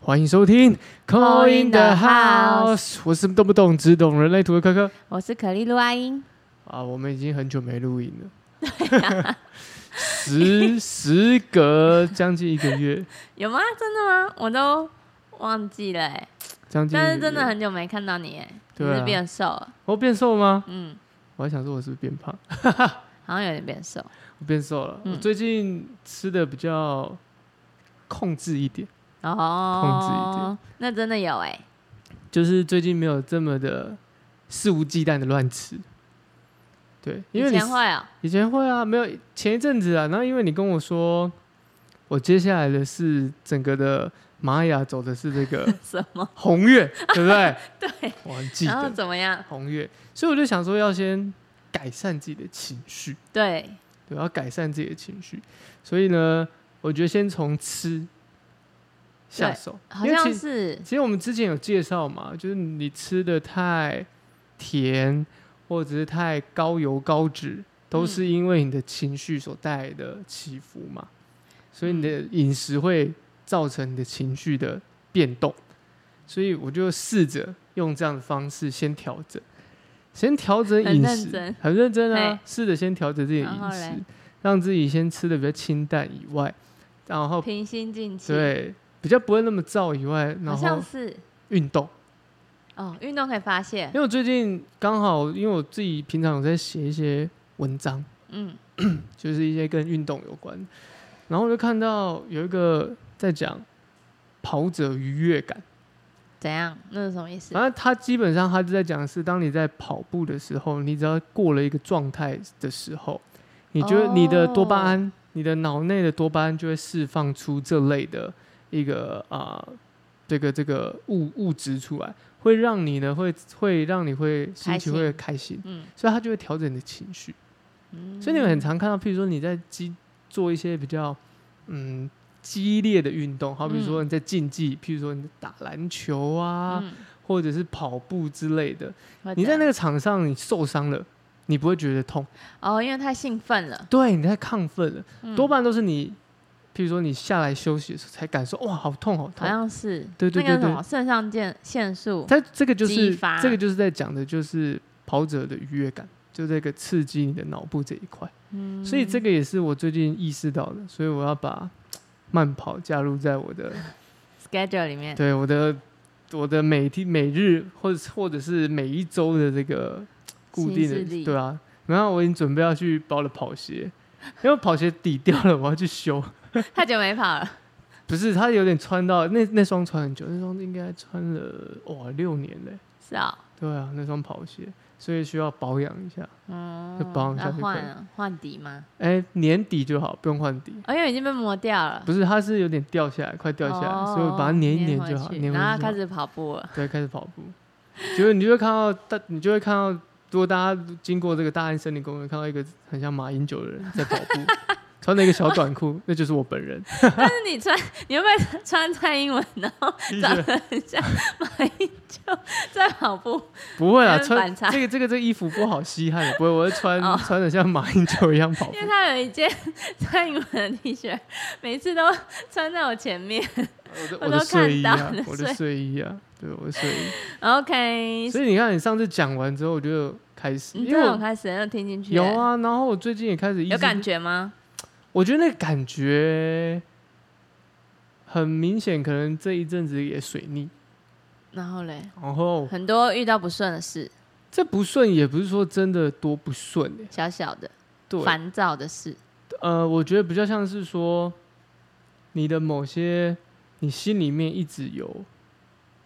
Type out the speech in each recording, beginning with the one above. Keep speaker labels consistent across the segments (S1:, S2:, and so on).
S1: 欢迎收听《Call in the
S2: the
S1: House》，我是动不动只懂人类图的科科
S2: 我是可丽露阿英，
S1: 啊，我们已经很久没录音了， 时时隔将近一个月，
S2: 有吗？真的吗？我都忘记了、欸，
S1: 将近一个月
S2: 但是真的很久没看到你、欸，你
S1: 对啊
S2: 是变瘦了，
S1: 我变瘦吗？
S2: 嗯，
S1: 我还想说我是不是变胖，
S2: 好像有点变瘦，
S1: 我变瘦了，
S2: 嗯
S1: 我最近吃的比较控制一点，
S2: 哦，那真的有哎、欸，
S1: 就是最近没有这么的肆无忌惮的乱吃。对，因为
S2: 以
S1: 你
S2: 前会哦、
S1: 以前会啊，没有前一阵子啊，然后因为你跟我说，我接下来的是整个的玛雅走的是这个
S2: 什么？
S1: 红月， 对不对？
S2: 对，
S1: 我很记
S2: 然后
S1: 得
S2: 啊怎么样？
S1: 红月，所以我就想说要先改善自己的情绪，
S2: 对，
S1: 对，要改善自己的情绪，所以呢，我觉得先从吃下
S2: 对
S1: 手，
S2: 好
S1: 因为
S2: 像
S1: 其实
S2: 是，
S1: 其实我们之前有介绍嘛，就是你吃的太甜或者是太高油高脂，都是
S2: 嗯
S1: 因为你的情绪所带来的起伏嘛，所以你的
S2: 嗯
S1: 饮食会造成你的情绪的变动。所以我就试着用这样的方式先调整，先调整饮
S2: 很认
S1: 食
S2: 真，
S1: 很认真啊
S2: 嘿，
S1: 试着先调整自己的
S2: 然
S1: 饮
S2: 后嘞
S1: 食，让自己先吃的比较清淡以外，然后
S2: 平心静气，，
S1: 对比较不会那么燥以外，
S2: 好
S1: 然后
S2: 像是
S1: 运动，
S2: 哦，运动可以发泄
S1: 因，为我最近刚好，因为我自己平常有在写一些文章，
S2: 嗯，
S1: 就是一些跟运动有关，然后我就看到有一个在讲跑者愉悦感，
S2: 怎样？那是什么意思？
S1: 反正他基本上他就在讲的是，当你在跑步的时候，你只要过了一个状态的时候，你觉得
S2: 哦
S1: 你的多巴胺，你的脑内的多巴胺就会释放出这类的一个啊、这个这个物物质出来，会让你呢会会让你会心
S2: 开
S1: 情
S2: 心
S1: 会开心，
S2: 嗯
S1: 所以它就会调整你的情绪。
S2: 嗯，
S1: 所以你们很常看到，譬如说你在激做一些比较嗯激烈的运动，好比说你在竞技，譬如说你打篮球啊，
S2: 嗯，
S1: 或者是跑步之类的，
S2: 会
S1: 你在
S2: 怎
S1: 那个
S2: 样
S1: 场上你受伤了，你不会觉得痛，
S2: 哦，因为太兴奋了，
S1: 对，你太亢奋了，
S2: 嗯
S1: 多半都是你，譬如说你下来休息的时候才感受，哇，好痛，好
S2: 好
S1: 痛。
S2: 像是，
S1: 对对
S2: 那个
S1: 对
S2: 什
S1: 对
S2: 么肾上腺腺素，
S1: 它这个就是
S2: 激发
S1: 这个就是在讲的，就是跑者的愉悦感，就这个刺激你的脑部这一块。
S2: 嗯
S1: 所以这个也是我最近意识到的，所以我要把慢跑加入在我的
S2: schedule 里面，
S1: 对我的我的每天每日或者或者是每一周的这个固定
S2: 行事
S1: 的
S2: 历
S1: 对啊，然后我已经准备要去包了跑鞋，因为跑鞋底掉了，我要去修。
S2: 太久没跑了，
S1: 不是，它有点穿到那那双穿很久，那双应该穿了哇六年嘞。
S2: 是哦，
S1: 对啊，那双跑鞋，所以需要保养一下。
S2: 嗯
S1: 就帮一下
S2: 那
S1: 就可以
S2: 换啊换底吗？
S1: 哎、年底就好，不用换底。
S2: 哦，因为已经被磨掉了，
S1: 不是，它是有点掉下来，快掉下来，
S2: 哦
S1: 所以我把它粘一粘就好，
S2: 回去
S1: 粘回去就
S2: 然
S1: 好。
S2: 后开始跑步 了，
S1: 对，开始跑步，结果你就会看到大，你就会看到，如果大家经过这个大安森林公园，看到一个很像马英九的人在跑步， 穿了一个小短裤，那就是我本 人。
S2: 但是你穿，你会不会穿蔡英文，然后长得很像马英九在跑步？
S1: 不会啦，
S2: 跟
S1: 穿
S2: 反差
S1: 这个这个这个衣服不好稀罕，不会，我会穿、
S2: 哦
S1: 穿的像马英九一样跑步
S2: 因。为他有一件蔡英文的 T 恤，每次都穿在我前面。
S1: 我的
S2: 我
S1: 我的
S2: 都看
S1: 睡衣
S2: 到
S1: 啊
S2: 你的，
S1: 我的睡衣啊，对，我的睡衣。
S2: OK，
S1: 所以你看，你上次讲完之后，我就开始，
S2: 你
S1: 因
S2: 真
S1: 为
S2: 的有
S1: 我
S2: 开始又听进去？
S1: 有，啊，然后我最近也开始意
S2: 有
S1: 识
S2: 感觉吗？
S1: 我觉得那个感觉很明显，可能这一阵子也水逆，
S2: 然后嘞，
S1: 然后
S2: 很多遇到不顺的事，
S1: 这不顺也不是说真的多不顺、欸、
S2: 小小的
S1: 对，
S2: 烦躁的事，
S1: 呃，我觉得比较像是说你的某些你心里面一直有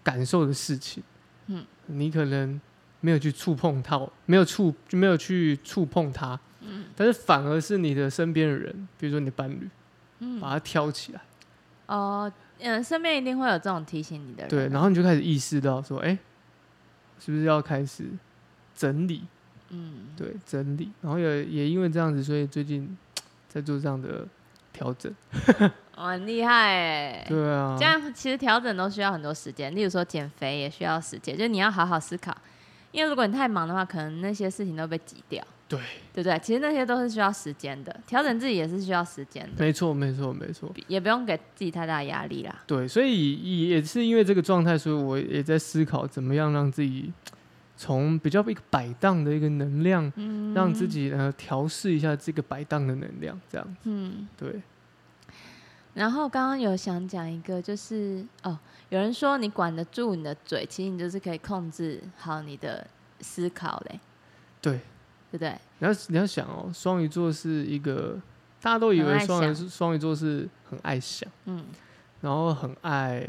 S1: 感受的事情，
S2: 嗯，
S1: 你可能没有去触碰它，没有触就没有去触碰它，嗯，但是反而是你的身边的人，比如说你的伴侣，
S2: 嗯
S1: 把它挑起来。
S2: 哦，嗯，身边一定会有这种提醒你的人。
S1: 对，然后你就开始意识到说，哎、是不是要开始整理？
S2: 嗯，
S1: 对，整理。然后也也因为这样子，所以最近在做这样的调整。
S2: 哦很厉害哎。
S1: 对啊
S2: 这，样其实调整都需要很多时间，例如说减肥也需要时间，就是你要好好思考，因为如果你太忙的话，可能那些事情都被挤掉。
S1: 对，
S2: 对不对？其实那些都是需要时间的，调整自己也是需要时间的，
S1: 没错，没错，没错。
S2: 也不用给自己太大压力啦。
S1: 对，所以也是因为这个状态，所以我也在思考怎么样让自己从比较一个摆荡的一个能量，
S2: 嗯，
S1: 让自，己呃调试一下这个摆荡的能量，这样
S2: 嗯。
S1: 对。
S2: 然后刚刚有想讲一个，就是哦，有人说你管得住你的嘴，其实你就是可以控制好你的思考嘞，
S1: 对，
S2: 对不对？
S1: 你要你要想哦，双鱼座是一个大家都以
S2: 很
S1: 为
S2: 爱
S1: 双鱼
S2: 想
S1: 是双鱼座是很爱想，
S2: 嗯，
S1: 然后很爱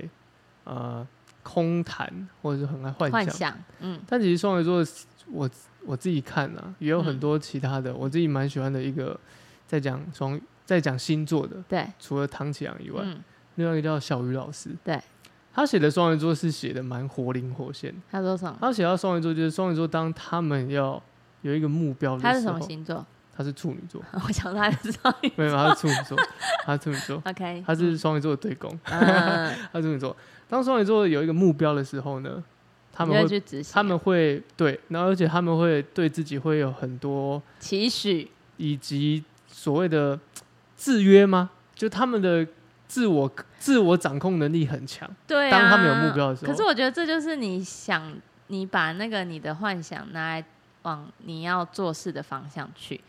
S1: 呃空谈，或者是很爱幻
S2: 幻
S1: 想。
S2: 想，嗯
S1: 但其实双鱼座，我我自己看啊，也有很
S2: 嗯
S1: 多其他的，我自己蛮喜欢的一个，在讲双在讲星座的，
S2: 对，
S1: 除了唐启阳以外，
S2: 嗯，
S1: 另外一个叫小鱼老师，
S2: 对，
S1: 他写的双鱼座是写的蛮活灵活现的。
S2: 他说什么？
S1: 他写到双鱼座，就是双鱼座当他们要有一个目标
S2: 他
S1: 的
S2: 是
S1: 时
S2: 什
S1: 候
S2: 么，星座？
S1: 他是处女座，
S2: 我想他是双鱼
S1: 没有，他是处女座，他是处女座，
S2: ，OK，
S1: 他是双鱼座的对攻，
S2: 嗯，
S1: 他是处女座。当双鱼座有一个目标的时候呢， 他们
S2: 你
S1: 会
S2: 会去执行，
S1: 他们会对，然后而且他们会对自己会有很多
S2: 期许，
S1: 以及所谓的制约吗？就他们的自我自我掌控能力很强，
S2: 对、啊，
S1: 当他们有目标的时候
S2: 可是我觉得这就是你想，你把那个你的幻想拿来往你要做事的方向去，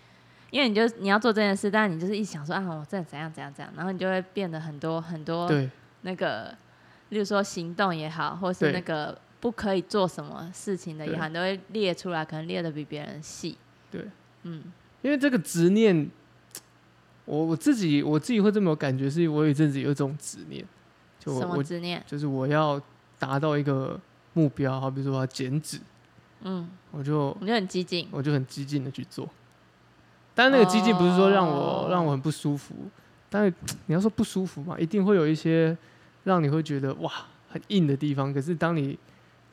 S2: 因为你就你要做这件事，但你就是一想说啊，我这怎样怎样怎样，然后你就会变得很多很多
S1: 对
S2: 那个，例如说行动也好，或是
S1: 对
S2: 那个不可以做什么事情的也好，
S1: 对
S2: 你都会列出来，可能列的比别人细。
S1: 对，
S2: 嗯，
S1: 因为这个执念，我我自己我自己会这么有感觉，是因为我有一阵子有一种执念，就
S2: 什
S1: 我
S2: 么
S1: 我
S2: 执念？
S1: 就是我要达到一个目标，好比说我要减脂，
S2: 嗯，
S1: 我就
S2: 你就很激进，
S1: 我就很激进的去做。但那个激进不是说让我、
S2: 哦
S1: 让我很不舒服，但你要说不舒服嘛，一定会有一些让你会觉得哇很硬的地方。可是当你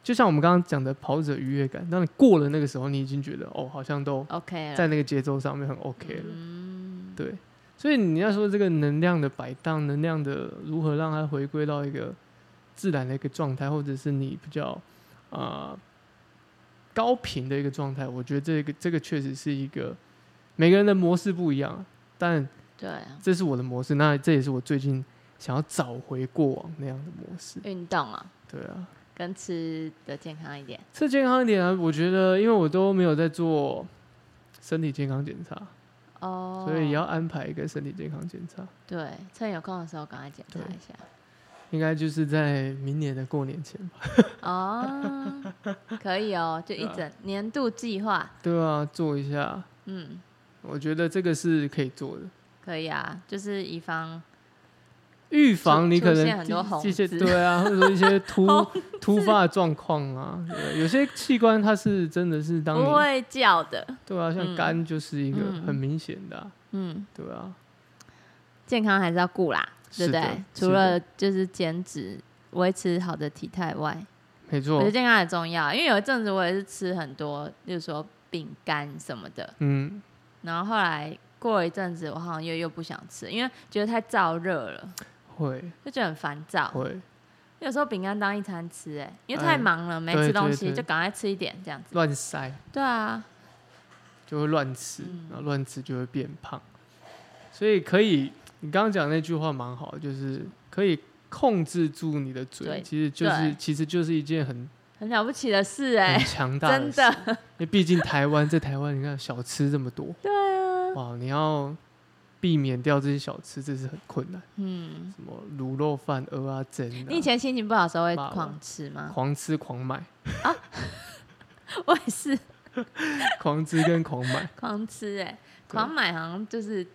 S1: 就像我们刚刚讲的跑者愉悦感，当你过了那个时候，你已经觉得哦好像都
S2: OK 了。
S1: 在那个节奏上面很 OK 了。
S2: 嗯，
S1: 对，所以你要说这个能量的摆荡，能量的如何让它回归到一个自然的一个状态，或者是你比较啊、呃高频的一个状态，我觉得这个这个确实是一个每个人的模式不一样，但
S2: 对啊，
S1: 这是我的模式，那这也是我最近想要找回过往那样的模式。
S2: 运动啊。
S1: 对啊，
S2: 跟吃的健康一点。
S1: 吃健康一点啊，我觉得因为我都没有在做身体健康检查，
S2: 哦
S1: 所以也要安排一个身体健康检查。
S2: 对，趁有空的时候赶快检查
S1: 对
S2: 一下。
S1: 应该就是在明年的过年前吧。
S2: 哦，可以哦，就一
S1: 对啊
S2: 整年度计划，
S1: 对啊，做一下，
S2: 嗯，
S1: 我觉得这个是可以做的。
S2: 可以啊，就是以防
S1: 预防你可
S2: 出现
S1: 能
S2: 很多红
S1: 一一些
S2: 字
S1: 对啊，或者说一 些突
S2: 红
S1: 突发的状况啊，对有些器官它是真的是当
S2: 不
S1: 你
S2: 会叫的，
S1: 对啊，像
S2: 嗯
S1: 肝就是一个
S2: 嗯
S1: 很明显的啊、
S2: 嗯，
S1: 对啊，
S2: 健康还是要顾啦，对不
S1: 是的
S2: 对？
S1: 是的
S2: 除了就是减脂。维持好的体态外，
S1: 没
S2: 我
S1: 错
S2: 觉得，健康很重要。因为有一阵子我也是吃很多，例如说饼干什么的，
S1: 嗯，
S2: 然后后来过了一阵子，我好像又又不想吃，因为觉得太燥热了，
S1: 会
S2: 就觉得很烦躁。
S1: 会
S2: 有时候饼干当一餐吃、哎，因为太
S1: 哦哎
S2: 忙了，没
S1: 对
S2: 吃东
S1: 对
S2: 西，
S1: 对
S2: 就赶快吃一点这样子。
S1: 乱塞
S2: 对啊，
S1: 就会乱吃
S2: 嗯，
S1: 然后乱吃就会变胖，所以可以，你刚刚讲那句话蛮好，就是可以控制住你的嘴，
S2: 对
S1: 其实就是
S2: 对
S1: 其实就是一件很
S2: 很了不起的事哎、
S1: 嗯很 强大的
S2: 真
S1: 事，
S2: 的。
S1: 因为毕竟台湾在台湾，你看小吃这么多，
S2: 对啊，
S1: 哇，你要避免掉这些小吃，这是很困难。
S2: 嗯，
S1: 什么卤肉饭、鹅啊、蒸啊，
S2: 你以前心情不好的时候会
S1: 骂我
S2: 狂吃吗？
S1: 狂吃狂买，
S2: 我也是
S1: 狂吃跟狂买，
S2: 狂吃哎、狂买好像就是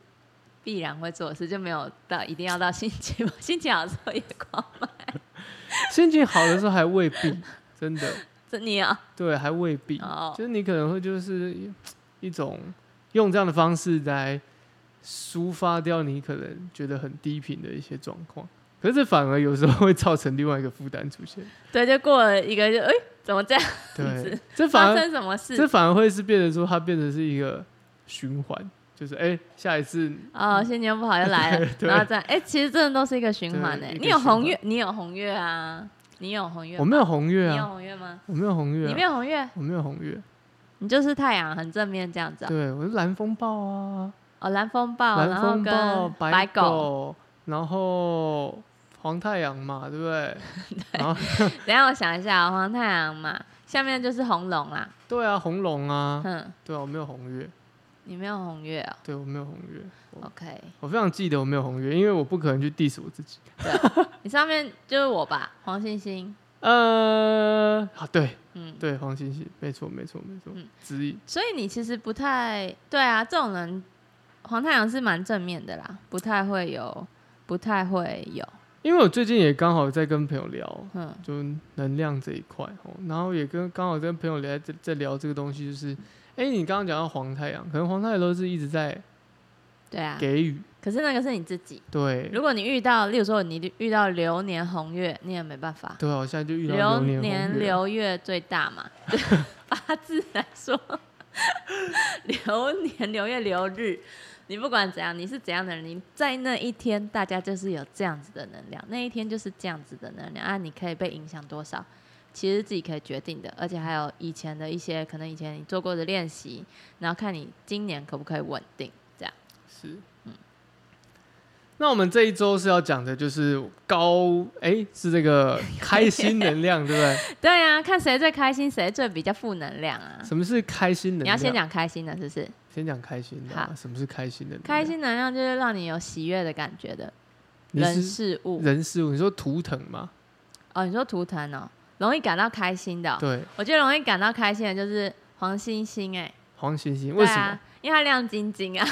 S2: 必然会做的事，就没有到一定要到心情 心情好的时候也狂买。
S1: 心情好的时候还未必，真的，
S2: 这你啊，
S1: 对，还未必，
S2: 哦
S1: 就是你可能会就是一一种用这样的方式来抒发掉你可能觉得很低频的一些状况，可是反而有时候会造成另外一个负担出现，
S2: 对，就过了一个就哎、怎么这样？
S1: 对
S2: 是，
S1: 这反
S2: 发
S1: 而
S2: 生什么
S1: 这
S2: 事？
S1: 反而会是变成说它变成是一个循环，就是哎、下一次，
S2: 哦，心情不好又来了
S1: 对
S2: 然后再哎、其实真的都是一个循环
S1: 对
S2: 哎、
S1: 一个
S2: 你有
S1: 循环
S2: 红月，你有红月啊，你有红月吗，
S1: 我没有红月
S2: 你有
S1: 啊，
S2: 红月吗？
S1: 我没有红月、
S2: 你
S1: 啊，
S2: 没有红月
S1: 我没有红月，
S2: 你就是太阳，很正面这样子、啊。
S1: 对，我是蓝风暴啊，
S2: 哦，蓝风暴，
S1: 蓝
S2: 然后
S1: 风暴、
S2: 跟白狗。
S1: 狗，然后黄太阳嘛，对不 对？
S2: 等一下我想一下啊、黄太阳嘛，下面就是红龙啦。
S1: 对啊，红龙啊，
S2: 哼，
S1: 对啊，我没有红月，
S2: 你没有红月哦。
S1: 对我没有红月，我
S2: OK，
S1: 我非常记得我没有红月，因为我不可能去 diss 我自己。
S2: 你上面就是我吧，黄星星。
S1: 呃，啊，对
S2: 嗯，
S1: 对，黄星星，没错没错没错
S2: 嗯，
S1: 子怡，
S2: 所以你其实不太对啊，这种人黄太阳是蛮正面的啦，不太会有，不太会有。
S1: 因为我最近也刚好在跟朋友聊，
S2: 嗯
S1: 就能量这一块哦，然后也跟刚好跟朋友聊在在聊这个东西，就是，哎、你刚刚讲到黄太阳，可能黄太阳都是一直在
S2: 对啊，
S1: 给予，
S2: 可是那个是你自己。
S1: 对，
S2: 如果你遇到，例如说你遇到流年红月，你也没办法。
S1: 对啊，我现在就遇到年
S2: 流
S1: 红月
S2: 年流月最大嘛， 八字来说，流年流月流日，你不管怎样，你是怎样的人，你在那一天，大家就是有这样子的能量，那一天就是这样子的能量啊，你可以被影响多少，其实自己可以决定的，而且还有以前的一些可能以前你做过的练习，然后看你今年可不可以稳定，这样，
S1: 是，
S2: 嗯
S1: 那我们这一周是要讲的就是高，哎、是这 个开心能量，对不对？
S2: 对啊，看谁最开心，谁最比较负能量啊。
S1: 什么是开心能量？
S2: 你要先，讲开心的，是不是？
S1: 先讲开心的啊、
S2: 好
S1: 什么是开心的？
S2: 开，心能量就是让你有喜悦的感觉的
S1: 你
S2: 人
S1: 是
S2: 事物。
S1: 人事物，你说图腾嘛？
S2: 哦，你说图腾哦，容易感到开心的哦、
S1: 对，
S2: 我觉得容易感到开心的就是黄星星哎、
S1: 黄星星，
S2: 对
S1: 为什
S2: 啊
S1: 么？？
S2: 因为它亮晶 晶啊，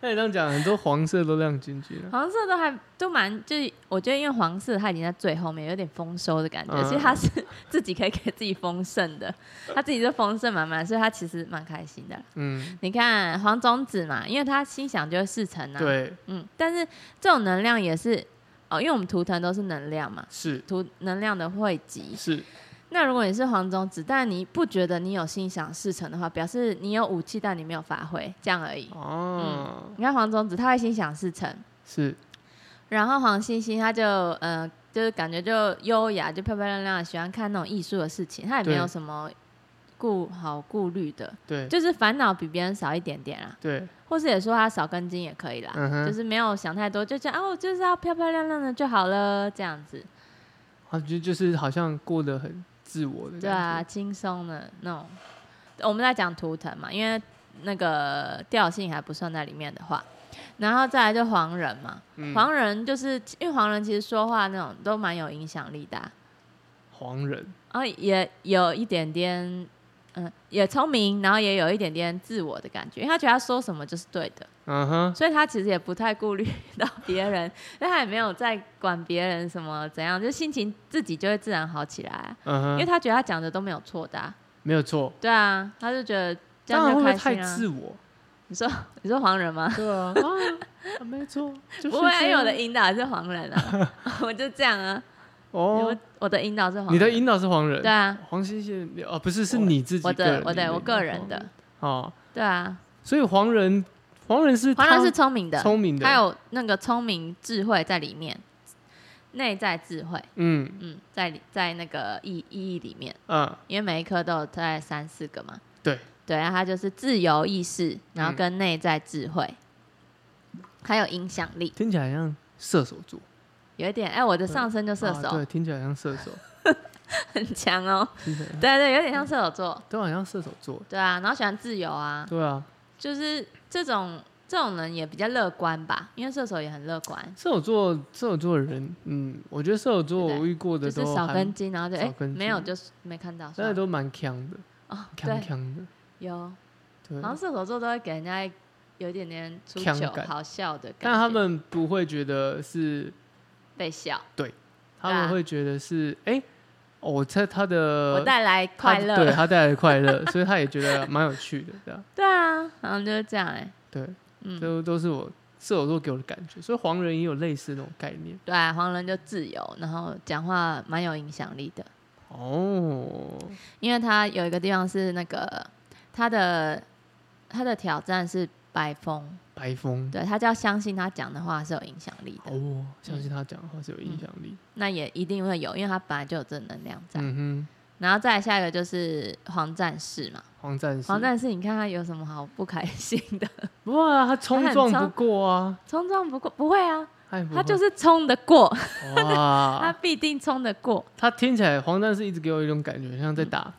S1: 那你这样讲，很多黄色都亮晶啊 晶了。
S2: 黄色都还都蛮，就是我觉得因为黄色它已经在最后面，有点丰收的感觉，
S1: 嗯
S2: 所以它是自己可以给自己丰盛的，它自己就丰盛满满，所以它其实蛮开心的。
S1: 嗯，
S2: 你看黄种子嘛，因为他心想就会事成啊，，
S1: 对，
S2: 嗯，但是这种能量也是哦，因为我们图腾都是能量嘛，
S1: 是
S2: 图能量的汇集。
S1: 是，
S2: 那如果你是黄种子，但你不觉得你有心想事成的话，表示你有武器，但你没有发挥，这样而已。
S1: 哦，
S2: 你看黄种子，他会心想事成，
S1: 是
S2: 然后黄星星他就呃，就是感觉就优雅，就漂漂亮亮，喜欢看那种艺术的事情，他也没
S1: 对
S2: 有什么顾好顾虑的，
S1: 对
S2: 就是烦恼比别人少一点点啦，
S1: 对，
S2: 或是也说他少根筋也可以啦，
S1: 嗯
S2: 就
S1: 哼，
S2: 是没有想太多，就觉得啊，我就是要漂漂亮亮的就好了，这样子。
S1: 啊，就就是好像过得很自我的
S2: 对啊，
S1: 感觉。
S2: 轻松的那种。我们在讲图腾嘛，因为那个调性还不算在里面的话，然后再来就黄人嘛，
S1: 嗯
S2: 黄人就是因为黄人其实说话那种都蛮有影响力的啊、
S1: 黄人，
S2: 然后也有一点点。嗯，也聪明，然后也有一点点自我的感觉，因为他觉得他说什么就是对的，
S1: 嗯哼，
S2: 所以他其实也不太顾虑到别人， 但他也没有在管别人什么怎样，就心情自己就会自然好起来啊、
S1: 嗯
S2: 因为
S1: 哼，
S2: 他觉得他讲的都没有错的、啊，
S1: 没有错。
S2: 对啊，他就觉得这
S1: 当
S2: 样
S1: 然会不会
S2: 就开
S1: 太
S2: 心啊。
S1: 自我？
S2: 你说你说黄人吗？
S1: 对啊， 啊，没错， 就是
S2: 不会
S1: 这
S2: 啊，因为
S1: 样
S2: 我的引导是黄 人啊，我就这样啊。我
S1: 哦，
S2: 我的引导是黄人，
S1: 你的引导是黄人，
S2: 对啊，
S1: 黄星星哦，不是，是你自己
S2: 我
S1: 个人
S2: 的我的我个人的，
S1: 哦，
S2: 对啊，
S1: 所以黄人黄人是
S2: 黄人
S1: 他
S2: 是聪明的，
S1: 聪明的，
S2: 他有那个聪明智慧在里面，内在智慧，
S1: 嗯
S2: 嗯，在里在那个意意义里面，
S1: 啊
S2: 因为每一颗都有大概三四个嘛。
S1: 对
S2: 对，然后他就是自由意识，然后
S1: 嗯
S2: 跟内在智慧，还有影响力，
S1: 听起来像射手座，
S2: 有一点哎，我的上升就射
S1: 啊
S2: 手
S1: 对，，听起来像射手，
S2: 很强哦。
S1: 听起来像
S2: 对对，有点像射手座。
S1: 都好像射手座，
S2: 对啊，然后喜欢自由啊，
S1: 对啊，
S2: 就是这种这种人也比较乐观吧，因为射手也很乐观，
S1: 射手座射手座的人，嗯，我觉得射手座
S2: 对
S1: 我遇过
S2: 就
S1: 的
S2: 是
S1: 都
S2: 少
S1: 还
S2: 根，筋，然后就
S1: 少
S2: 哎
S1: 根筋
S2: 没有就是没看到，
S1: 那
S2: 算了
S1: 都蛮强的，
S2: 哦
S1: 强
S2: 对，
S1: 强的，
S2: 有，
S1: 对
S2: 好，像射手座都会给人家有一点点出
S1: 强
S2: 糗
S1: 感
S2: 好笑的感觉，
S1: 但他们不会觉得是
S2: 被笑，
S1: 他
S2: 对啊
S1: 们会觉得是哎、哦，我猜他的
S2: 我带来
S1: 呃他
S2: 快
S1: 对啊
S2: 乐，
S1: 他带来的快 乐，所以他也觉得蛮有趣的，这样
S2: 对啊，然后就是这样哎，
S1: 对，
S2: 嗯，
S1: 都都是我射手座给我的感觉，所以黄人也有类似那种概念
S2: 对啊，黄人就自由，然后讲话蛮有影响力的，
S1: 哦，
S2: 因为他有一个地方是那个他的他的挑战是白风，
S1: 白风
S2: 对他就要相信他讲的话是有影响力的，
S1: 哦，相信他讲的话是有影响力，
S2: 那也一定会有，因为他本来就有正能量在。
S1: 嗯哼，
S2: 然后再来下一个就是黄战士嘛，
S1: 黄战士，
S2: 黄战士，你看他有什么好不开心 的？
S1: 不会啊，他冲撞
S2: 他
S1: 不
S2: 很
S1: 过啊，
S2: 冲撞不过不会啊，
S1: 他也不
S2: 他就是是冲得过， 他
S1: 哇，
S2: 必定冲得过。
S1: 他听起来黄战士一直给我一种感觉，像在打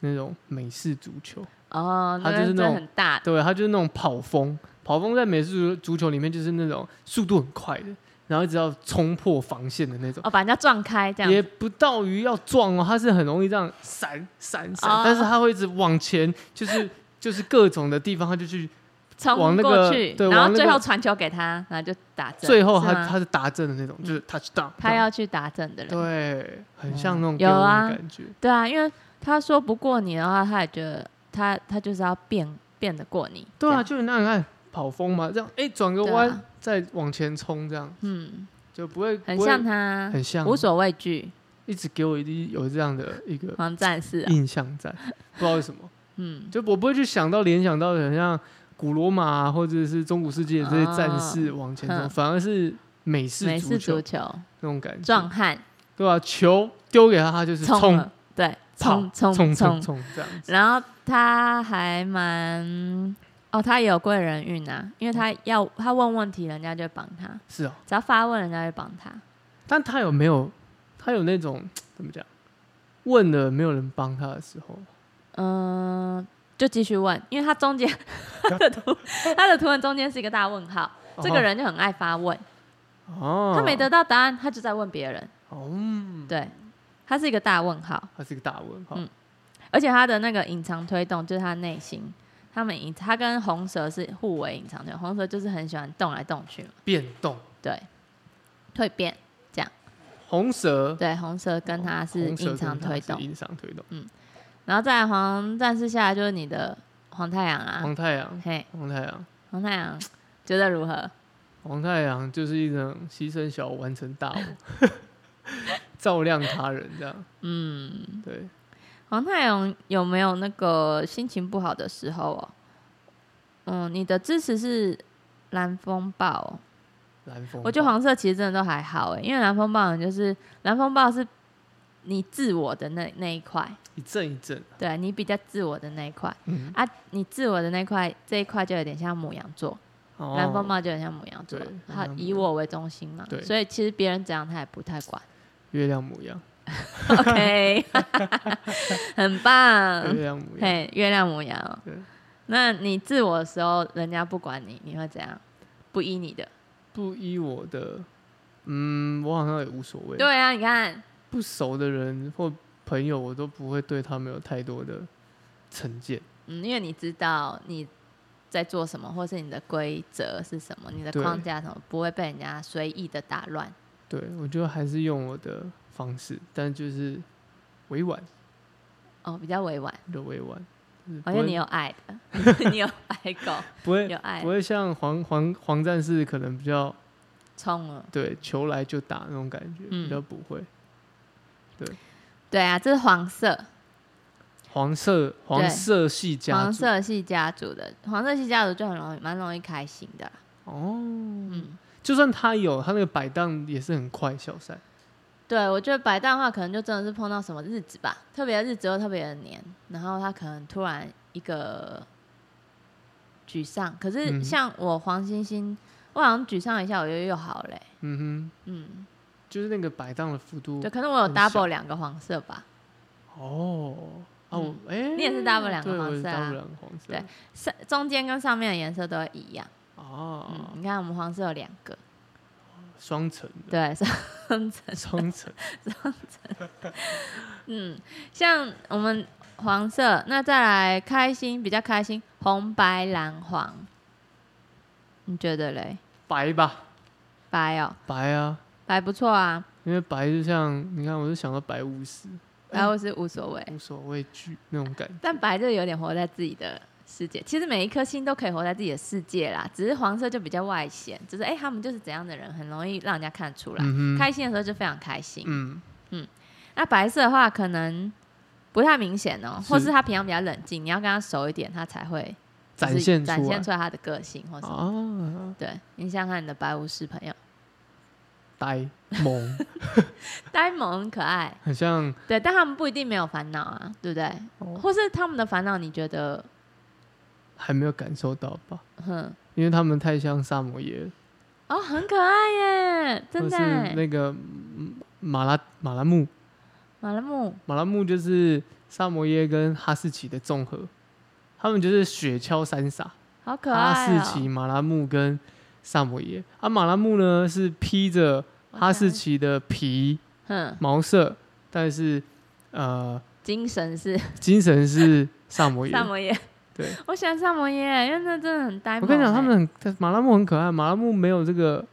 S1: 那种美式足球，
S2: 哦，
S1: 他
S2: 那
S1: 就是
S2: 真
S1: 那
S2: 的
S1: 种
S2: 很大
S1: 对，他就是那种跑风，跑风在美式足足球里面就是那种速度很快的，然后一直要冲破防线的那种。
S2: 哦，把人家撞开这样
S1: 也
S2: 子。
S1: 不到于要撞哦，他是很容易这样闪闪闪，
S2: 哦
S1: 但是他会一直往前，就是就是各种的地方，他就去，
S2: 冲
S1: 往那个
S2: 过去，
S1: 对
S2: 然
S1: 往
S2: 后
S1: 那
S2: 最
S1: 个
S2: 后传球给他，然后就打正。
S1: 最后
S2: 是
S1: 他
S2: 吗嗯
S1: 他是达阵的那种，就是 touchdown，
S2: 他要去打正的人，
S1: 对，很像那种
S2: 嗯
S1: 给我的
S2: 有啊
S1: 感觉，
S2: 对啊，因为他说不过你的话，他也觉得他他就是要变变得过你。
S1: 对
S2: 这
S1: 啊，
S2: 样，
S1: 就是那样看跑风嘛，这样哎转个
S2: 对啊
S1: 弯再往前冲，这样
S2: 嗯，
S1: 就不会
S2: 很
S1: 不会
S2: 像他，
S1: 很像
S2: 无所畏惧，
S1: 一直给我一定有这样的一个
S2: 黄战士、啊。
S1: 印象在，不知道为什么，
S2: 嗯，
S1: 就我不会去想到联想到很像古罗马、啊、或者是中古世界这些战士往前冲，
S2: 嗯
S1: 反而是美式
S2: 美
S1: 足
S2: 式
S1: 球
S2: 足球
S1: 那种感
S2: 壮
S1: 觉，
S2: 汉
S1: 对吧、球丢给他，他就是
S2: 冲
S1: 冲
S2: 了，对，
S1: 跑
S2: 冲
S1: 冲
S2: 冲
S1: 冲冲这样子。
S2: 然后他还蛮哦，他也有贵人运啊，因为他要他问问题，人家就会帮他，
S1: 是哦，
S2: 只要发问，人家就帮他。
S1: 但他有没有他有那种怎么讲？问了没有人帮他的时候，
S2: 嗯、就继续问，因为他中间 他的图他的图文中间是一个大问号，这个人就很爱发问，
S1: 哦，
S2: 他没得到答案，他就在问别人，
S1: 哦，嗯
S2: 对，他是一个大问号，
S1: 他是一个大问号，
S2: 嗯而且他的那个隐藏推动就是他内心。他们隐，他跟红蛇是互为隐藏推动，红蛇就是很喜欢动来动去嘛，
S1: 变动
S2: 对，蜕变，
S1: 红蛇
S2: 对，红蛇跟他是
S1: 哦红蛇
S2: 隐藏
S1: 跟他
S2: 推
S1: 是
S2: 动，嗯
S1: 隐藏推动，
S2: 然后再来黄战士下来就是你的黄太阳啊
S1: 黄，太阳，
S2: 嘿，
S1: 黄太阳。
S2: 黄太阳觉得如何？
S1: 黄太阳就是一种牺牲小我完成大我， 照亮他人这样。
S2: 嗯，
S1: 对，
S2: 黄太阳有没有那个心情不好的时候哦？嗯，你的支持是蓝风暴、哦，
S1: 蓝风暴。
S2: 我觉得黄色其实真的都还好诶，因为蓝风暴你就是蓝风暴是你自我的那那一块，
S1: 一阵一阵，
S2: 对啊你比较自我的那一块
S1: 嗯，
S2: 啊，你自我的那一块这一块就有点像母羊座，
S1: 哦
S2: 蓝风暴就很像母羊座
S1: 对，
S2: 它
S1: 很像母
S2: 以
S1: 羊
S2: 我为中心嘛
S1: 对，
S2: 所以其实别人怎样他也不太管。
S1: 月亮模样，
S2: OK，很
S1: 月
S2: 棒，
S1: 亮模样，
S2: 嗯 嘿，月亮母羊哦
S1: 对。
S2: 那你自我的时候，人家不管你，你会怎样？不依你的。
S1: 不依我的，嗯，我好像也无所谓。，
S2: 对啊，你看，
S1: 不熟的人或朋友，我都不会对他们有太多的成见。
S2: 嗯，因为你知道你在做什么，或是你的规则是什么，你的
S1: 对
S2: 框架什么，不会被人家随意的打乱。
S1: 对我觉得还是用我的方式，但就是委婉
S2: 哦，比较委婉，
S1: 的委婉，就是不
S2: 好像你
S1: 会
S2: 有爱 的，你有爱狗，
S1: 不会
S2: 有爱
S1: 不，会像黄黄黄战士可能比较。
S2: 冲了。
S1: 对，球来就打那种感觉，
S2: 嗯
S1: 比较不会。
S2: 对啊，这是黄色，
S1: 黄色黄
S2: 对
S1: 色系家族
S2: 黄色系家族的，黄色系家族就很容易蛮容易开心的啦。
S1: 哦，
S2: 嗯，
S1: 就算他有他那个摆荡也是很快消散，
S2: 对，我觉得白蛋的话，可能就真的是碰到什么日子吧，特别的日子又特别的黏，然后他可能突然一个沮丧。可
S1: 嗯
S2: 是像我黄星星，我好像沮丧一下，我又又好欸嘞、
S1: 嗯
S2: 嗯，
S1: 哼，就是那个摆荡的幅度
S2: 对，可能我有
S1: 很小
S2: double 两个黄色吧。
S1: 哦。啊，我哎、
S2: 嗯你也是 double 两个
S1: 对
S2: 黄
S1: 我是
S2: 色啊
S1: double 两个黄色，
S2: 对上中间跟上面的颜色都会一样。嗯
S1: 啊，，
S2: 你看我们黄色有两个，
S1: 双层的，
S2: 对，上层。
S1: 双层，
S2: 嗯，像我们黄色，那再来开心，比较开心，红白蓝黄，你觉得嘞？
S1: 白吧，
S2: 白哦，
S1: 白啊，
S2: 白不错啊，
S1: 因为白就像你看，我就想到白巫师，
S2: 白我是无所谓，
S1: 无所畏惧那种感觉，
S2: 但白就有点活在自己的世界。其实每一颗星都可以活在自己的世界啦，只是黄色就比较外显，就是哎、他们就是怎样的人，很容易让人家看出来。
S1: 嗯哼，
S2: 开心的时候就非常开心，
S1: 嗯，
S2: 那白色的话可能不太明显哦，
S1: 是
S2: 或是他平常比较冷静，你要跟他熟一点，他才会就是
S1: 展现
S2: 展
S1: 出来
S2: 现出来他的个性或什么。
S1: 啊，
S2: 对你想想看你的白巫师朋友，
S1: 呆萌，
S2: 呆萌很可爱，
S1: 很像
S2: 对，但他们不一定没有烦恼啊，对不对？
S1: 哦
S2: 或是他们的烦恼，你觉得，
S1: 还没有感受到吧，
S2: 哼，
S1: 因为他们太像萨摩耶了，
S2: 哦，很可爱耶，真
S1: 或
S2: 的
S1: 是
S2: 耶。
S1: 那个嗯马拉马拉木，
S2: 马拉木，
S1: 马拉木就是萨摩耶跟哈士奇的综合，他们就是雪橇三傻，
S2: 好可
S1: 哈
S2: 爱、
S1: 士
S2: 哦。
S1: 奇、马拉木跟萨摩耶。啊，马拉木呢是披着哈士奇的皮
S2: 哼，
S1: 毛色，但是呃，
S2: 精神是
S1: 精神是萨摩耶
S2: 萨。摩耶。
S1: 对，
S2: 我喜欢萨摩耶，因为那真的很呆萌耶。哎
S1: 我跟你讲，他们很马拉木很可爱，马拉木没有这个，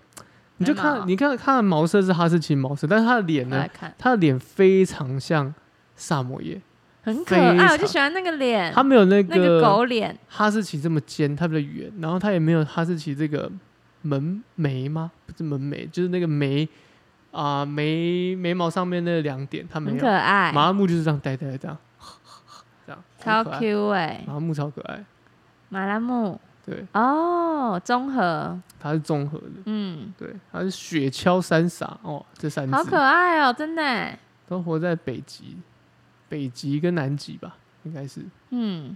S1: 你就
S2: 没毛
S1: 看，你看它的毛色是哈士奇毛色，但是它的脸
S2: 我来
S1: 呢，
S2: 看，
S1: 它的脸非常像萨摩耶，
S2: 很可
S1: 非
S2: 爱，
S1: 常
S2: 我就喜欢那个脸，
S1: 它没有那
S2: 嗯那个
S1: 个
S2: 狗脸，
S1: 哈士奇这么尖，它比较圆，然后它也没有哈士奇这个门眉吗？不是门眉，就是那个眉啊、眉眉毛上面那两点，它没
S2: 很可
S1: 有。
S2: 爱，
S1: 麻木就是这样呆呆的这样，这样
S2: 超
S1: 很可爱
S2: Q 哎，
S1: 麻木超可爱，
S2: 马拉木
S1: 对，
S2: 哦，综合，
S1: 它是综合的，
S2: 嗯，
S1: 对，它是雪橇三傻哦，这三
S2: 好可
S1: 只
S2: 爱哦，真的耶，
S1: 都活在北极，北极跟南极吧，应该是
S2: 嗯，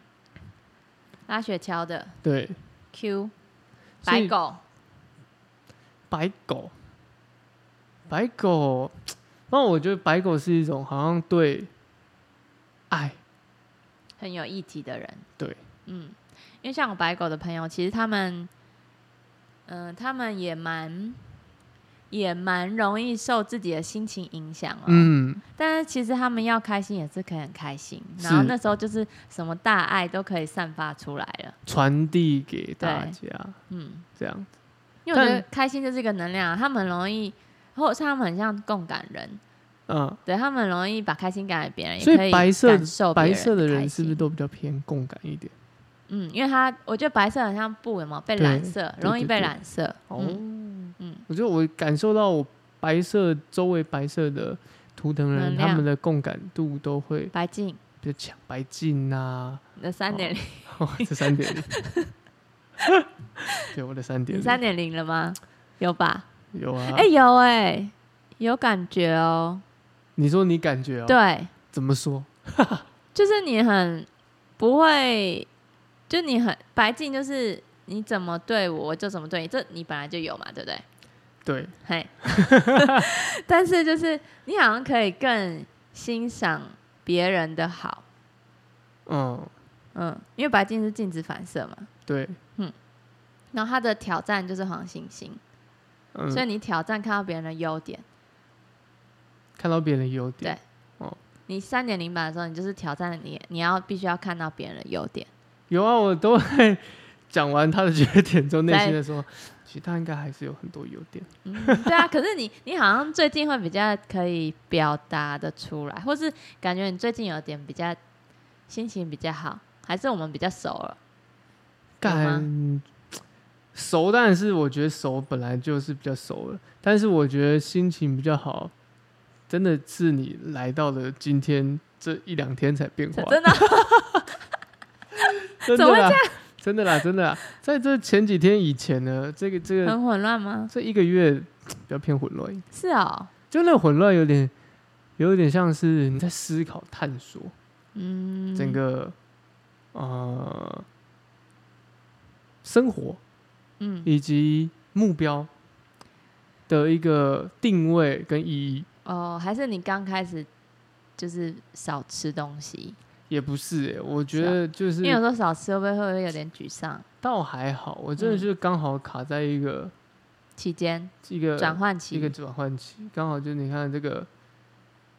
S2: 拉雪橇的
S1: 对。
S2: Q
S1: 所
S2: 白
S1: 以
S2: 狗，
S1: 白狗，白狗，那我觉得白狗是一种好像对爱，
S2: 很有议题的人。
S1: 对，
S2: 嗯，因为像我白狗的朋友，其实他们，嗯、他们也蛮也蛮容易受自己的心情影响哦。
S1: 嗯，
S2: 但是其实他们要开心也是可以很开心，
S1: 是
S2: 然后那时候就是什么大爱都可以散发出来了。
S1: 传递给大家
S2: 嗯，
S1: 这样子，
S2: 因为我觉
S1: 但
S2: 得开心就是一个能量啊，他们很容易，或者是他们很像共感人，
S1: 嗯，
S2: 对他们很容易把开心感给别人，也
S1: 所
S2: 可
S1: 以
S2: 以
S1: 白色
S2: 感受别
S1: 白色的
S2: 开
S1: 人是不是
S2: 心
S1: 都比较偏共感一点？
S2: 嗯，因为他我觉得白色很像布，有没有被
S1: 对
S2: 染色，
S1: 对
S2: 容易
S1: 对
S2: 被
S1: 对
S2: 染色。
S1: 哦，
S2: 嗯嗯
S1: 我觉得我感受到我白色周围白色的图腾人，
S2: 能量
S1: 他们的共感度都会
S2: 白净
S1: 比较强，白净啊，
S2: 的三点零，
S1: 哦、这三 点零，对我的三点
S2: 你
S1: 零，
S2: 三点零了吗？有吧？
S1: 有啊，
S2: 哎、有哎、有感觉哦。
S1: 你说你感觉哦、
S2: 对，
S1: 怎么说？
S2: 就是你很不会，就你很白净，就是你怎么对我，我就怎么对你，这你本来就有嘛，对不对？
S1: 对，
S2: 嘿，但是就是你好像可以更欣赏别人的好，
S1: 嗯，
S2: 嗯，因为白净是镜子反射嘛。
S1: 对，
S2: 然后他的挑战就是黄星星，
S1: 嗯，
S2: 所以你挑战看到别人的优点。
S1: 看到别人的优点，
S2: 你三点零版的时候，你就是挑战你，你要必须要看到别人的优 点。
S1: 有啊，我都会讲完他的缺点之后，内心的说，其实他应该还是有很多优点，
S2: 嗯，对啊，可是你你好像最近会比较可以表达的出来，或是感觉你最近有点比较心情比较好，还是我们比较熟了？
S1: 感熟，但是我觉得熟本来就是比较熟了，但是我觉得心情比较好，真的是你来到了今天这一两天才变化
S2: 真，的，
S1: 真
S2: 怎
S1: 的
S2: 么会
S1: 啦，真的啦，真的啦，在这前几天以前呢，这个这个
S2: 很混乱吗？
S1: 这一个月比较偏混乱一点。
S2: 是哦，
S1: 就那个混乱有点，有点像是你在思考、探索
S2: 嗯，
S1: 整个、呃生活
S2: 嗯
S1: 以及目标的一个定位跟意义，
S2: 哦，还是你刚开始就是少吃东西，
S1: 也不是、欸，我觉
S2: 是啊
S1: 得就是
S2: 因为有时候少吃会不会会不会有点沮丧？
S1: 倒还好，我真的
S2: 嗯
S1: 是刚好卡在一个、
S2: 期间
S1: 一个
S2: 转换期
S1: 呃一个转换期，刚好就你看这个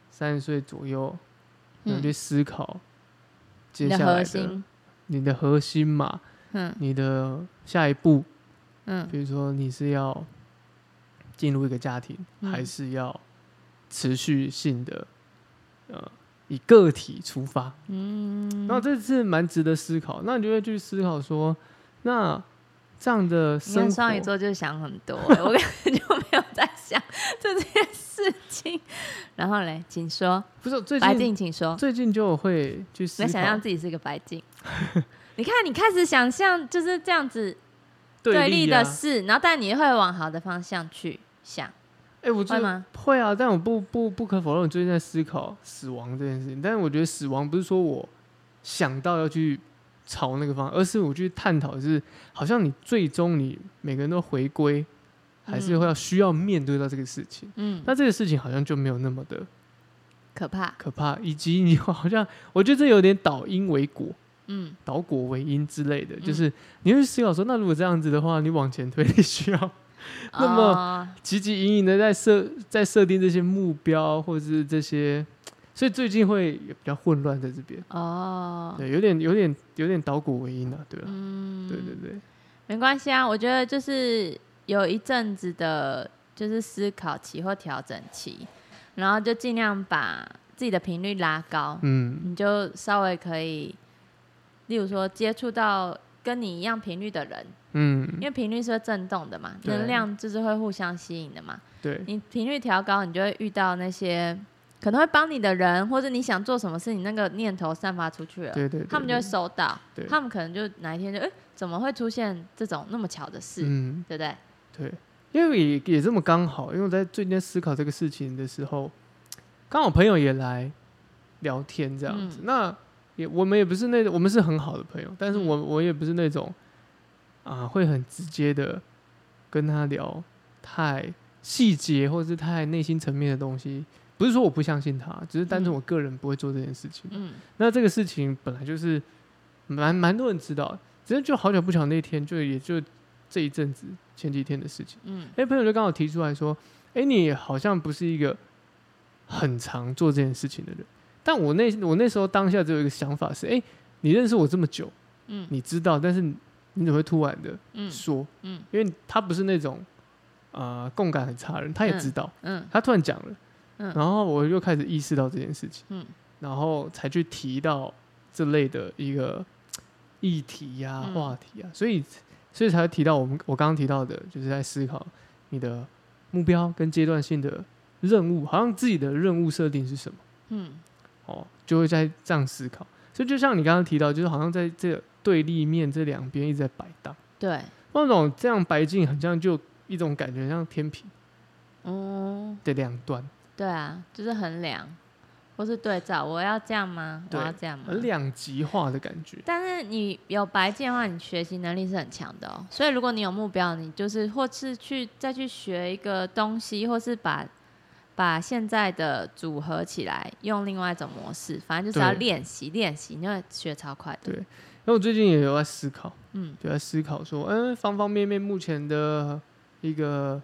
S1: 三十岁左右，
S2: 嗯
S1: 你去思考接
S2: 你的
S1: 下来
S2: 核
S1: 的
S2: 心，
S1: 你的核心嘛，
S2: 嗯
S1: 你的下一步，
S2: 嗯
S1: 比如说你是要进入一个家庭，
S2: 嗯
S1: 还是要持续性的呃以个体出发？
S2: 嗯，
S1: 那这是蛮值得思考。那你就会去思考说，那这样的
S2: 你
S1: 生
S2: 看
S1: 活，
S2: 双鱼座就想很多、欸，我根 本就没有在想这件事情。然后嘞，请说，
S1: 不是最
S2: 白
S1: 近
S2: 净，请说，
S1: 最近就会去思
S2: 你要想象
S1: 考
S2: 自己是一个白 净。你看，你开始想象就是这样子
S1: 对
S2: 立
S1: 啊
S2: 的事，然后但你会往好的方向去想。
S1: 哎、哎、我
S2: 会
S1: 觉得
S2: 吗？
S1: 会啊，但我不不不可否认，我最近在思考死亡这件事情。但是我觉得死亡不是说我想到要去朝那个方向，而是我去探讨的是，好像你最终你每个人都回归，还是会要需要面对到这个事情。
S2: 嗯，
S1: 那这个事情好像就没有那么的
S2: 可怕。
S1: 可怕，以及你好像我觉得这有点倒因为果，
S2: 嗯，
S1: 倒果为因之类的，
S2: 嗯
S1: 就是你会去思考说，那如果这样子的话，你往前推，你需要 那么
S2: 哦
S1: 汲汲营营的在设在设定这些目标，或者是这些，所以最近会也比较混乱在这边，
S2: 哦，
S1: 对，有点有点有点倒果为因啊，对吧、
S2: 嗯，
S1: 对对对，
S2: 没关系啊，我觉得就是有一阵子的，就是思考期或调整期，然后就尽量把自己的频率拉高，
S1: 嗯
S2: 你就稍微可以，例如说接触到跟你一样频率的人，因
S1: 嗯，
S2: 为频率是会震动的嘛，
S1: 对
S2: 能量就是会互相吸引的嘛。
S1: 对，
S2: 你频率调高，你就会遇到那些可能会帮你的人，或者你想做什么事，你那个念头散发出去了，
S1: 对对对，
S2: 他们就会
S1: 对
S2: 收到
S1: 对，
S2: 他们可能就哪一天就哎、诶怎么会出现这种那么巧的事，
S1: 嗯
S2: 对不对？
S1: 对，因为也也这么刚好，因为我在最近在思考这个事情的时候，刚好朋友也来聊天这样子，
S2: 嗯
S1: 那也我们也不是那我们是很好的朋友，但是我我也不是那种啊、会很直接的跟他聊太细节或是太内心层面的东西。不是说我不相信他，只是单纯
S2: 嗯
S1: 我个人不会做这件事情。
S2: 嗯
S1: 那这个事情本来就是蛮蛮多人知道，只是就好巧不巧那天就也就这一阵子前几天的事情。
S2: 嗯
S1: 哎、朋友就刚好提出来说，哎、你好像不是一个很常做这件事情的人。但我那我那时候当下只有一个想法是，哎、你认识我这么久，
S2: 嗯
S1: 你知道，但是你你怎么会突然的
S2: 嗯
S1: 说？
S2: 嗯
S1: 因为他不是那种啊共感很差的人，他也
S2: 嗯
S1: 知道，
S2: 嗯
S1: 他突然讲了，
S2: 嗯
S1: 然后我就开始意识到这件事情，
S2: 嗯
S1: 然后才去提到这类的一个议题呀、
S2: 嗯
S1: 话题啊，所以所以才会提到我们我刚刚提到的，就是在思考你的目标跟阶段性的任务，好像自己的任务设定是什么
S2: 嗯
S1: 哦，就会在这样思考。所以就像你刚刚提到，就是好像在这对立面这两边一直在摆荡，
S2: 对，
S1: 那种这样白净，很像就一种感觉，像天平
S2: 嗯，
S1: 的两端，
S2: 对啊，就是衡量或是对照，我要这样吗？我
S1: 对
S2: 要这样吗？
S1: 很两极化的感觉。
S2: 但是你有白剑的话，你学习能力是很强的哦。所以如果你有目标，你就是或是去再去学一个东西，或是把把现在的组合起来，用另外一种模式，反正就是要
S1: 对
S2: 练习练习，你会学超快的。
S1: 对那我最近也有在思考，
S2: 嗯
S1: 就在思考说，嗯，方方面面目前的一个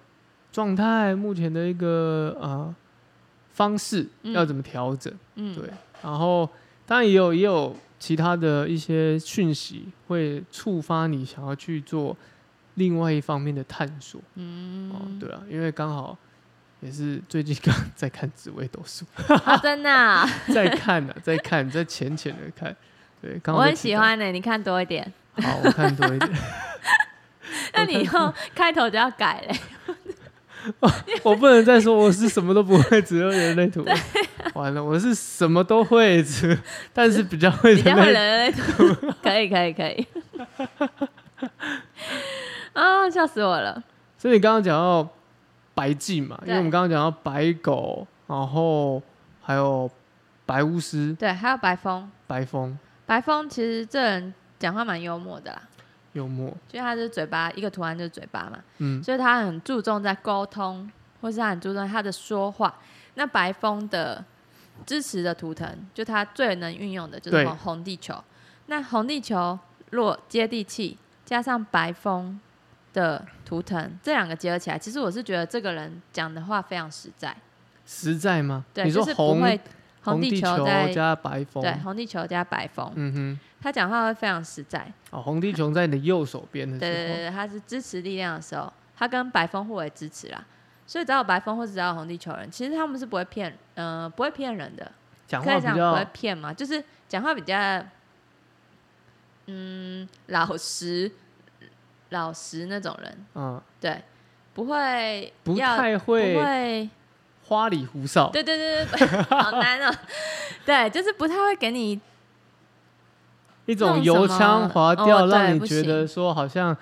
S1: 状态，目前的一个呃方式
S2: 嗯
S1: 要怎么调整？
S2: 嗯，
S1: 对，然后当然也有也有其他的一些讯息会触发你想要去做另外一方面的探索。
S2: 嗯，
S1: 哦，对啊，因为刚好也是最近刚 在看紫微斗数，
S2: 啊，真的啊、
S1: 在看呢、在看，在浅浅的看。对，刚好
S2: 我
S1: 就
S2: 很
S1: 提
S2: 喜
S1: 到。
S2: 欢呢、你看多一点。
S1: 好，我看多一点。
S2: 那你以后开头就要改嘞。
S1: 我不能再说我是什么都不会，只会人类图。完了，我是什么都会，只 但是比较会
S2: 比较
S1: 人
S2: 会
S1: 类。
S2: 人类图，可以可以可以。 啊、笑死我了！
S1: 所以你刚刚讲到白净嘛，因
S2: 对
S1: 为我们刚刚讲到白狗，然后还有白巫师、
S2: 对，还有白风，
S1: 白风、
S2: 白风其实这人讲话蛮幽默的啦，
S1: 幽默，
S2: 就他就是嘴巴一个图案就是嘴巴嘛，
S1: 嗯
S2: 所以他很注重在沟通，或是他很注重他的说话。那白风的支持的图腾，就他最能运用的就是
S1: 对
S2: 红红地球。那红地球若接地气，加上白风的图腾，这两个结合起来，其实我是觉得这个人讲的话非常实在，
S1: 实在吗？
S2: 对，
S1: 你说
S2: 就是不
S1: 红
S2: 会红
S1: 地
S2: 球在
S1: 加白风，
S2: 对红地球加白风，
S1: 嗯
S2: 他讲话会非常实在。
S1: 哼，哦，红地球在你的右手边的时
S2: 对对对
S1: 候，
S2: 对，他是支持力量的时候，他跟白风互为支持啦。所以只要有白风或者只要有红地球人，其实他们是不会骗，呃，不会骗人的。
S1: 讲
S2: 可
S1: 话
S2: 以
S1: 比
S2: 讲不会
S1: 较
S2: 骗嘛，就是讲话比较，嗯，老实、老实那种人，
S1: 嗯，
S2: 对，不会
S1: 不
S2: 要
S1: 太
S2: 不
S1: 会
S2: 会，
S1: 花里胡哨，
S2: 对对对对，对 好难哦，对，就是不太会给你
S1: 一
S2: 弄
S1: 种
S2: 什
S1: 油
S2: 么
S1: 腔滑
S2: 哦
S1: 调，
S2: 对
S1: 让你
S2: 不
S1: 觉得
S2: 行
S1: 说好像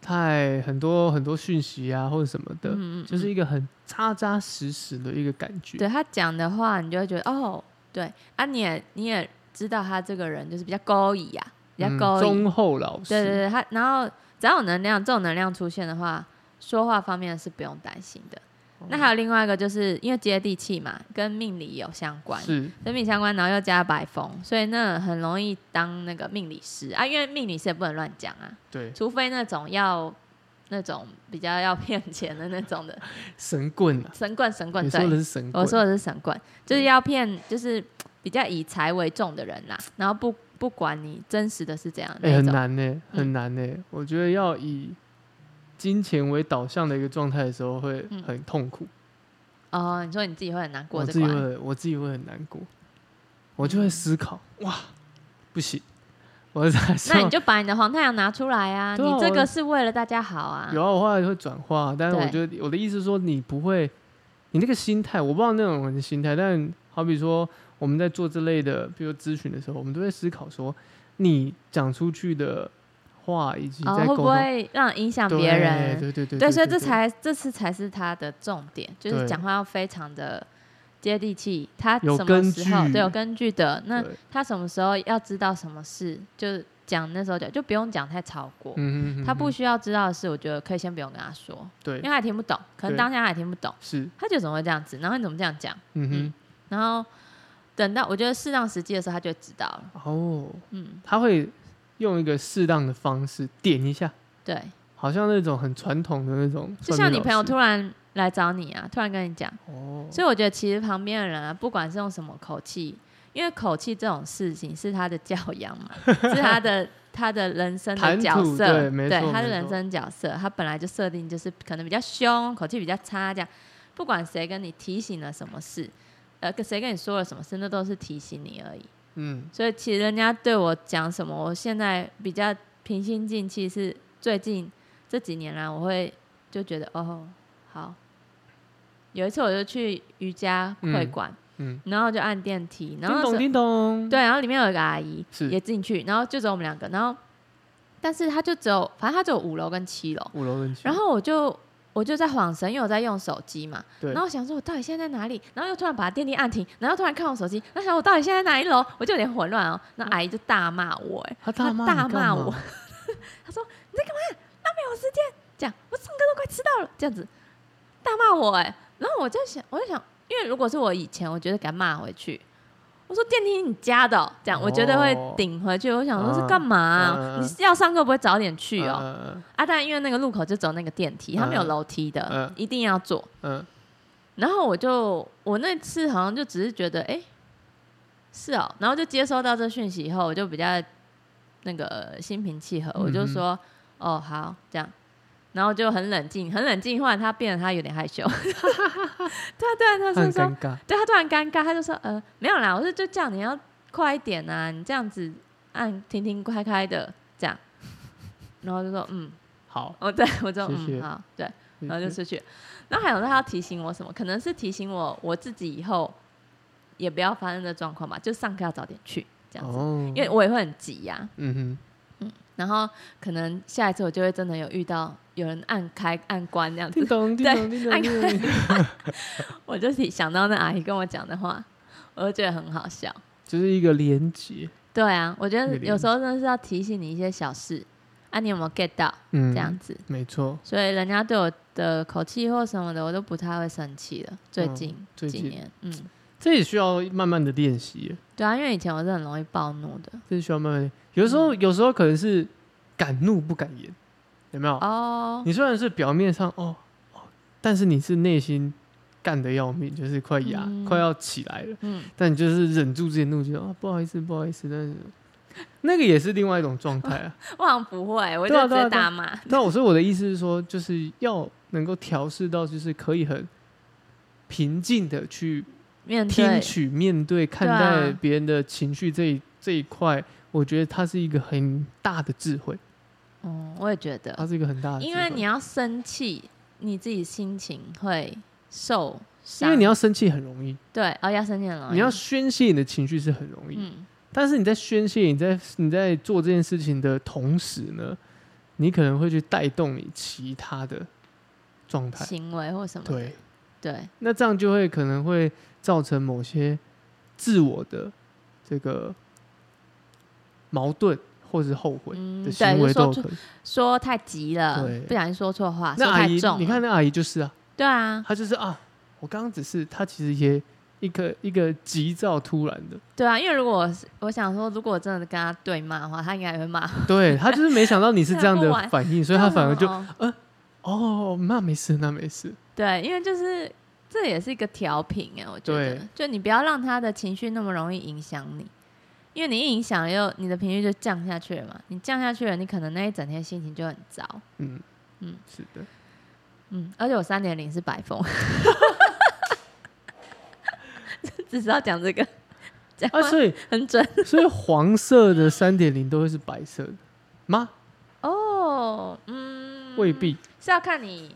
S1: 太很多很多讯息啊，或者什么的，
S2: 嗯嗯
S1: 就是一个很扎扎实实的一个感觉。
S2: 对他讲的话，你就会觉得哦，对啊，你也你也知道他这个人就是比较勾引呀、比较
S1: 嗯
S2: 勾引、
S1: 忠厚老实，
S2: 对对对，他然后只要有能量，这种能量出现的话，说话方面是不用担心的。
S1: 哦
S2: 那还有另外一个，就是因为接地气嘛，跟命理有相关，
S1: 是
S2: 跟命理相关，然后又加白风，所以那很容易当那个命理师啊，因为命理师也不能乱讲啊，
S1: 对
S2: 除非那种要那种比较要骗钱的那种的
S1: 神棍啊，
S2: 神棍神棍，
S1: 你说的
S2: 对，
S1: 是神棍，
S2: 我哦说的是神棍，就是要骗，就是比较以财为重的人啦，然后不不管你真实的是怎样的
S1: 哎、
S2: 那
S1: 很
S2: 种，嗯
S1: 难呢、很难呢、我觉得要以金钱为导向的一个状态的时候，会
S2: 嗯
S1: 很痛苦。
S2: 哦，你说你自己会很难过嗯
S1: 我
S2: 这
S1: 自己
S2: 关，
S1: 会，我自己会很难过，我就会思考，哇，不行，我在
S2: 那你就把你的黄太阳拿出来啊！
S1: 对啊
S2: 你这
S1: 我
S2: 个是为了大家好啊。
S1: 有啊，我后来会转化，但是我
S2: 对
S1: 觉得我的意思是说，你不会，你那个心态，我不知道那种人的心态，但好比说我们在做这类的，比如咨询的时候，我们都会思考说，你讲出去的话以及
S2: 哦，
S1: 在
S2: 会
S1: 沟
S2: 不
S1: 通、
S2: 会让影响
S1: 对
S2: 别人？
S1: 对对对
S2: 对，所以这才这次才是他的重点，就是
S1: 对
S2: 讲话要非常的接地气。他
S1: 有
S2: 什么
S1: 根
S2: 时候
S1: 据
S2: 对有根据的？那
S1: 对
S2: 他什么时候要知道什么事，就讲那时候讲，就不用讲太超过。
S1: 嗯哼
S2: 他不
S1: 哼
S2: 需要知道的事，我觉得可以先不用跟他说，因为
S1: 对
S2: 他也听不懂，可能
S1: 对
S2: 当下他也听不懂，
S1: 是
S2: 他就怎么会这样子？然后你怎么这样讲？
S1: 嗯哼
S2: 嗯然后等到我觉得适当时机的时候，他就会知道了。
S1: 哦，
S2: 嗯，
S1: 他会用一个适当的方式点一下，
S2: 对，
S1: 好像那种很传统的那种
S2: 就
S1: 算命老师，
S2: 像你朋友突然来找你啊，突然跟你讲，
S1: 哦，
S2: 所以我觉得其实旁边的人啊，不管是用什么口气，因为口气这种事情是他的教养嘛，是他的他的人生的
S1: 谈吐
S2: 角色，
S1: 对没错
S2: 他的
S1: 没
S2: 人
S1: 错
S2: 生角色，他本来就设定就是可能比较凶，口气比较差这样。不管谁跟你提醒了什么事，呃，跟谁跟你说了什么事，那都是提醒你而已。
S1: 嗯
S2: 所以其实人家对我讲什么，我现在比较平心静气。是最近这几年来，我会就觉得哦，好。有一次我就去瑜伽会馆，
S1: 嗯，
S2: 然后就按电梯，然
S1: 叮
S2: 后
S1: 咚
S2: 是
S1: 叮咚，
S2: 对，然后里面有一个阿姨
S1: 是
S2: 也进去，然后就只有我们两个，然后但是她就只有，反正她只有五楼跟七楼，
S1: 五楼人群，
S2: 然后我就我就在晃神，因为我在用手机嘛，
S1: 对
S2: 然后我想说我到底现在在哪里，然后又突然把电梯按停，然后突然看我手机，然后想我到底现在哪一楼，我就有点混乱哦。那阿姨就大骂我、哎，
S1: 他大骂
S2: 她
S1: 你
S2: 大
S1: 干
S2: 骂
S1: 嘛
S2: 我，她说你在干嘛？浪费我时间，这样我上课都快迟到了，这样子大骂我、哎，然后我就想，我就想，因为如果是我以前，我觉得敢骂回去。我说电梯你家的哦、这样我觉得会
S1: 哦
S2: 顶回去。我想说
S1: 嗯
S2: 是干嘛啊、
S1: 嗯嗯嗯
S2: 你是要上课不会早点去哦、
S1: 嗯
S2: 啊，但因为那个路口就走那个电梯，它没有
S1: 嗯
S2: 楼梯的，
S1: 嗯
S2: 一定要坐。
S1: 嗯
S2: 然后我就我那次好像就只是觉得，哎、是哦，然后就接收到这讯息以后，我就比较那个心平气和，
S1: 嗯
S2: 我就说，哦，好，这样。然后就很冷静，很冷静。后来他变得他有点害 羞，对啊，对啊，他
S1: 嗯，
S2: 就
S1: 很
S2: 说
S1: 尴，尬，
S2: 对啊他突然尴尬，他就说，呃，没有啦，我是就叫你要快一点啊，你这样子按停停开开的这样。然后就说，嗯，
S1: 好，
S2: 我对我就
S1: 谢谢
S2: 嗯好对，然后就出去。然后还有他要提醒我什么？可能是提醒我我自己以后也不要发生这状况吧，就上课要早点去这样子，
S1: 哦，
S2: 因为我也会很急呀、
S1: 嗯
S2: 然后可能下一次我就会真的有遇到有人按开按关这样
S1: 哼，
S2: 子
S1: 叮，咚叮咚叮
S2: 对哎按
S1: 咚叮咚叮 咚，
S2: 我就想到那阿姨跟我讲的话，我就觉得很好笑。
S1: 就是一个连接，
S2: 对啊，我觉得
S1: 有点
S2: 有时候真的是要提醒你一些小事啊，你有没有 get 到
S1: 嗯，
S2: 这样子？
S1: 没错，
S2: 所以人家对我的口气或什么的，我都不太会生气了。最
S1: 嗯
S2: 近、
S1: 最
S2: 几
S1: 近
S2: 年，嗯，
S1: 这也需要慢慢的练习耶，
S2: 对啊，因为以前我是很容易暴怒的。
S1: 这需要慢慢地，有时
S2: 嗯
S1: 候有时候可能是敢怒不敢言，有没有？
S2: 哦，
S1: 你虽然是表面上哦，哦但是你是内心干的要命，就是快牙
S2: 嗯
S1: 快要起来了，
S2: 嗯，
S1: 但你就是忍住自己的怒气啊，不好意思，不好意思，但是那个也是另外一种状态 啊。
S2: 我好像不会，我就
S1: 对啊
S2: 直
S1: 对啊
S2: 接
S1: 对啊
S2: 大骂。
S1: 那我说我的意思是说，就是要能够调试到，就是可以很平静的去
S2: 面
S1: 听
S2: 对，
S1: 取、面对、看
S2: 对啊
S1: 待别人的情绪这一这一块，我觉得它是一个很大的智慧，
S2: 嗯，我也觉得，
S1: 它是一个很大的智慧，
S2: 因为你要生气，你自己心情会受伤。
S1: 因为你要生气很容易，
S2: 对，哦，要生气很容易。
S1: 你要宣泄你的情绪是很容易，
S2: 嗯，
S1: 但是你在宣泄、你在你在做这件事情的同时呢，你可能会去带动你其他的状态。
S2: 行为或什么的。
S1: 对，
S2: 对，
S1: 那这样就会可能会造成某些自我的这个矛盾或是后悔
S2: 嗯，
S1: 的
S2: 对，
S1: 行
S2: 就
S1: 为
S2: 是
S1: 都有
S2: 说错
S1: 可能。
S2: 说太急了
S1: 对，
S2: 不小心说错话，说
S1: 那阿
S2: 太
S1: 姨
S2: 重，了。
S1: 你看那阿姨就是啊，
S2: 对啊，
S1: 她就是啊，我刚刚只是她其实也一个一个急躁突然的，
S2: 对啊，因为如果我是我想说，如果我真的跟他对骂的话，他应该也会骂，
S1: 对她就是没想到你是这样
S2: 看
S1: 的
S2: 不完
S1: 反应，所以她 反而就
S2: 哦
S1: 哦，那没事，那没事，
S2: 对，因为就是这也是一个调频哎，我觉得
S1: 对，
S2: 就你不要让他的情绪那么容易影响你，因为你一影响又你的频率就降下去了嘛，你降下去了，你可能那一整天心情就很糟，
S1: 嗯
S2: 嗯
S1: 是的。
S2: 嗯，而且我三点零是白风， 只是要讲这个，讲
S1: 啊，
S2: 话
S1: 所以
S2: 很准
S1: 所以黄色的三点零都会是白色的吗？
S2: 哦，嗯，
S1: 未必，
S2: 是要看你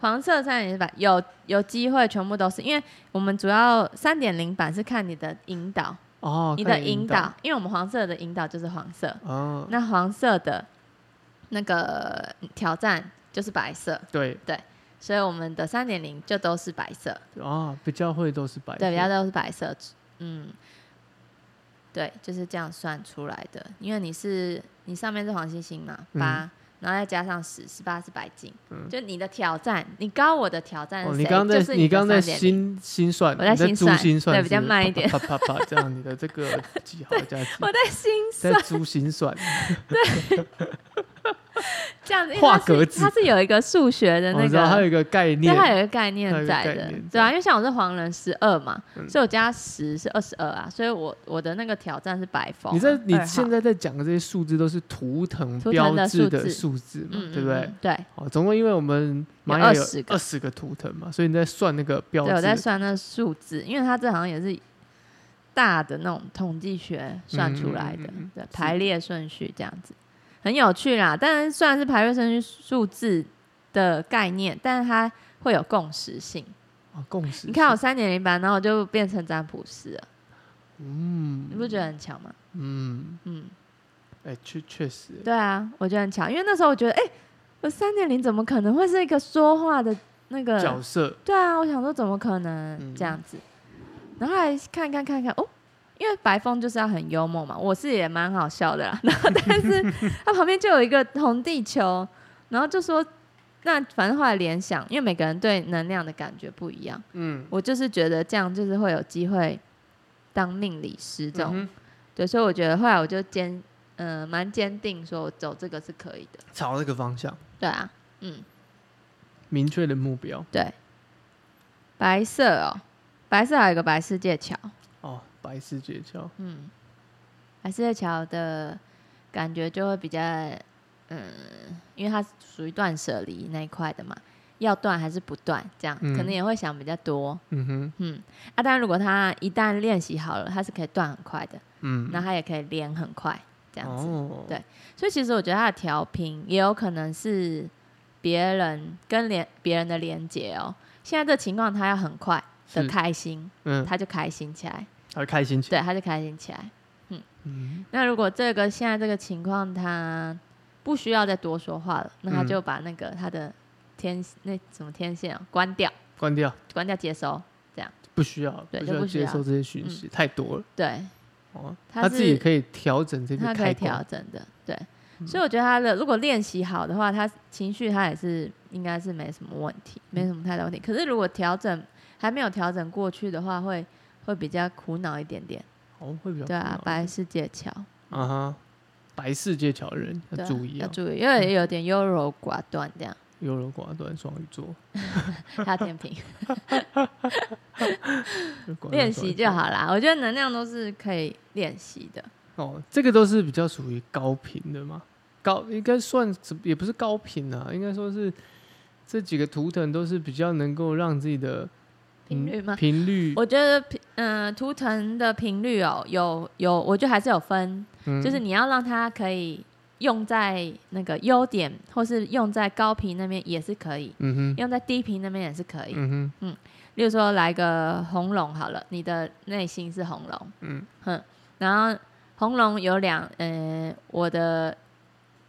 S2: 黄色三点零版有有机会全部都是，因为我们主要三点零版是看你的引导，
S1: 哦，
S2: 你的
S1: 看
S2: 引导，因为我们黄色的引导就是黄色，
S1: 哦，
S2: 那黄色的那个嗯挑战就是白色，
S1: 对
S2: 所以我们的三点零就都是白色，
S1: 哦，比较会都是白色，
S2: 对，比较都是白色，嗯，对，就是这样算出来的，因为你是你上面是黄星星嘛，
S1: 嗯
S2: 八、然后再加上十，十八是白金，
S1: 嗯
S2: 就你的挑战，你高我的挑战
S1: 哦，
S2: 是
S1: 你
S2: 谁？
S1: 刚刚在、
S2: 就是
S1: 你
S2: 你
S1: 刚刚在
S2: 心，
S1: 心心算，
S2: 我在
S1: 你在
S2: 心
S1: 珠
S2: 算
S1: 心算
S2: 对
S1: 是
S2: 比较
S1: 不是
S2: 慢一点
S1: 啪啪啪啪，这样你的这个几号加几，
S2: 我在心
S1: 在
S2: 算，
S1: 珠心算，
S2: 这样子，因为
S1: 画
S2: 它是
S1: 格子
S2: 它是有一个数学的
S1: 我
S2: 那
S1: 知道它有
S2: 个，
S1: 一个概
S2: 对，
S1: 念，
S2: 它有一个概念
S1: 它有一个
S2: 在
S1: 概
S2: 的
S1: 念，
S2: 对啊，因为像我是黄人十二嘛，
S1: 嗯
S2: 所以我加十是二十二啊，所以我我的那个挑战是白风啊，
S1: 你在你
S2: 二号
S1: 现在在讲的这些数字都是图腾
S2: 图腾
S1: 标
S2: 的
S1: 志
S2: 数
S1: 的
S2: 字
S1: 数字嘛，
S2: 嗯，嗯
S1: 对不对
S2: 嗯？对，
S1: 哦，总共因为我们玛雅有
S2: 20个
S1: 二十个图腾嘛，所以你在算那个标
S2: 对，我在
S1: 志，
S2: 算那数字，因为它这好像也是大的那种统计学算出来
S1: 嗯
S2: 的，
S1: 嗯嗯嗯
S2: 对，排列顺序这样子，很有趣啦。但是虽然是排列顺序数字的概念，但是它会有共识性。
S1: 哦，共识。
S2: 你看我，三点零班，然后我就变成占卜师了，
S1: 嗯
S2: 你不觉得很强吗？
S1: 嗯，
S2: 嗯，
S1: 哎，确确实，
S2: 对啊，我觉得很强，因为那时候我觉得，哎、我三点零怎么可能会是一个说话的那个
S1: 角色
S2: 对啊，我想说怎么可能
S1: 嗯
S2: 这样子？然后来看看看看哦，因为白风就是要很幽默嘛，我是也蛮好笑的啦。 然后但是他旁边就有一个红地球，然后就说那反正后来联想，因为每个人对能量的感觉不一样，
S1: 嗯，
S2: 我就是觉得这样就是会有机会当命理师这种。
S1: 嗯
S2: 对，所以我觉得后来我就坚嗯蛮坚定，说我走这个是可以的。
S1: 哼朝那个方向，
S2: 对啊，嗯，
S1: 明确的目标
S2: 对，白色哦，白色还有一个白世界桥。
S1: 哦，白世界桥，
S2: 嗯，白世界桥的感觉就会比较，嗯，因为它属于断舍离那一块的嘛，要断还是不断，这样、
S1: 嗯
S2: 可能也会想比较多。
S1: 嗯哼，
S2: 嗯，啊，但如果他一旦练习好了，他是可以断很快的，
S1: 嗯，
S2: 那他也可以连很快，这样子。
S1: 哦，
S2: 对所以其实我觉得他的调频也有可能是别人跟连别人的连接哦。现在这情况，他要很快的
S1: 是
S2: 开心，
S1: 嗯，
S2: 他就开心起来，
S1: 他会开心起来，
S2: 对，他就开心起来。
S1: 嗯，
S2: 那如果这个现在这个情况，他不需要再多说话了，那他就把那个他的天那什么天线、啊、关掉，
S1: 关掉，
S2: 关掉接收，
S1: 不需要，
S2: 对
S1: 需
S2: 就不需
S1: 接
S2: 要
S1: 收这些讯息，太多了，
S2: 对，
S1: 哦，
S2: 它
S1: 他自己也
S2: 是
S1: 可以调整这
S2: 他
S1: 个
S2: 可
S1: 开嗯
S2: 以调
S1: 关，
S2: 整的，对。所以我觉得他的如果练习好的话，他情绪他也是应该是没什么问
S1: 嗯
S2: 题，没什么太大问题。可是如果调整还没有调整过去的话，会会比较苦恼一点点。
S1: 哦，会比较
S2: 对啊，
S1: 苦恼
S2: 白世界桥
S1: 啊哈，白世界桥人
S2: 对
S1: 要
S2: 啊
S1: 注意
S2: 要
S1: 啊，
S2: 注意，因为也有点优柔寡断这 样。
S1: 优柔寡断，双鱼座，
S2: 他天平。
S1: 优柔寡断双
S2: 练习
S1: 鱼
S2: 就
S1: 座
S2: 好啦。我觉得能量都是可以练习的，
S1: 哦，这个都是比较属于高频的嘛，高应该算是也不是高频啊，应该说是这几个图腾都是比较能够让自己的
S2: 频率吗
S1: 嗯频率，
S2: 我觉得频嗯、图腾的频率哦，有有，我觉得还是有分，
S1: 嗯
S2: 就是你要让它可以用在那个优点，或是用在高频那边也是可以，
S1: 嗯哼，
S2: 用在低频那边也是可以。
S1: 嗯哼，
S2: 例如说来个红龙好了，你的内心是红龙，
S1: 嗯
S2: 哼，然后红龙有两，呃，我的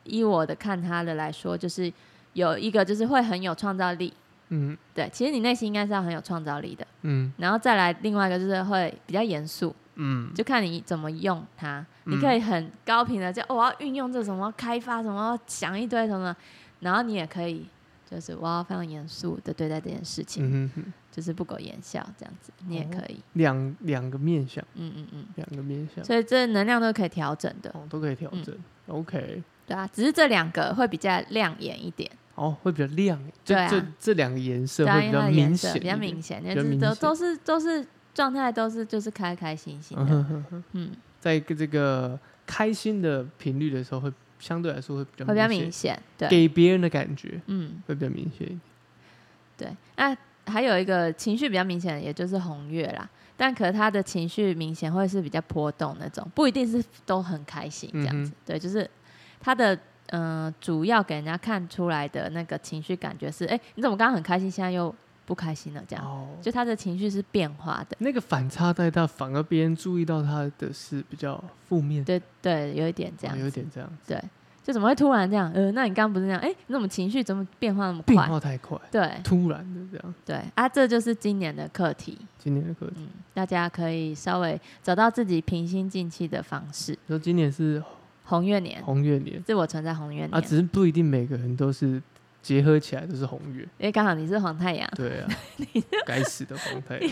S2: 依我的看他的来说，就是有一个就是会很有创造力，
S1: 嗯
S2: 对，其实你内心应该是要很有创造力的，
S1: 嗯
S2: 然后再来另外一个就是会比较严肃，
S1: 嗯，
S2: 就看你怎么用它。
S1: 嗯
S2: 你可以很高频的就、哦、我要运用这什么开发什么，想一堆什么，然后你也可以就是我要非常严肃的对待这件事情，
S1: 嗯哼哦哼，
S2: 就是不苟言笑这样子，你也可以，
S1: 两两个面向，
S2: 嗯嗯嗯，
S1: 两个面向，
S2: 所以这能量都可以嗯调整的，
S1: 哦，都可以调整。OK，
S2: 对啊，只是这两个会比较亮眼一点，
S1: 哦，会比较亮，这、
S2: 对啊
S1: 这这两个颜色
S2: 对啊，
S1: 会
S2: 因
S1: 比较
S2: 为它的
S1: 明
S2: 颜色
S1: 显，
S2: 比较明。显，
S1: 比
S2: 就
S1: 较
S2: 是
S1: 明
S2: 都
S1: 显
S2: 都是都是状态都是就是开开心心
S1: 嗯
S2: 的，
S1: 哼哼哼，
S2: 嗯，
S1: 在一个这个开心的频率的时候，会相对来说会比较
S2: 会比较明
S1: 显，
S2: 显，对，
S1: 给别人的感觉
S2: 嗯。
S1: 会比较明显一点。
S2: 对，那还有一个情绪比较明显的，也就是红月啦。但可他的情绪明显会是比较波动那种，不一定是都很开心这样子。
S1: 嗯
S2: 对，就是他的嗯、呃主要给人家看出来的那个情绪感觉是，哎、你怎么刚刚很开心，现在又不开心了？这样，
S1: 哦，
S2: 就他的情绪是变化的。
S1: 那个反差太大，反而别人注意到他的是比较负面，
S2: 对对，有一点这
S1: 哦
S2: 样
S1: 有
S2: 子。
S1: 点这样，
S2: 对，就怎么会突然这样？呃，那你刚刚不是那样？哎、你怎么情绪怎么变化那么
S1: 变
S2: 快？
S1: 化太快，
S2: 对
S1: 突然的这样。
S2: 对啊，这就是今年的课题。
S1: 今年的课题，
S2: 嗯，大家可以稍微找到自己平心静气的方式。
S1: 说今年是
S2: 红月年，
S1: 红月年
S2: 自我存在红月
S1: 啊，
S2: 年，
S1: 只是不一定每个人都是结合起来都是红 月。
S2: 因为刚好你是黄太 阳，
S1: 对 啊，该死的黄太阳。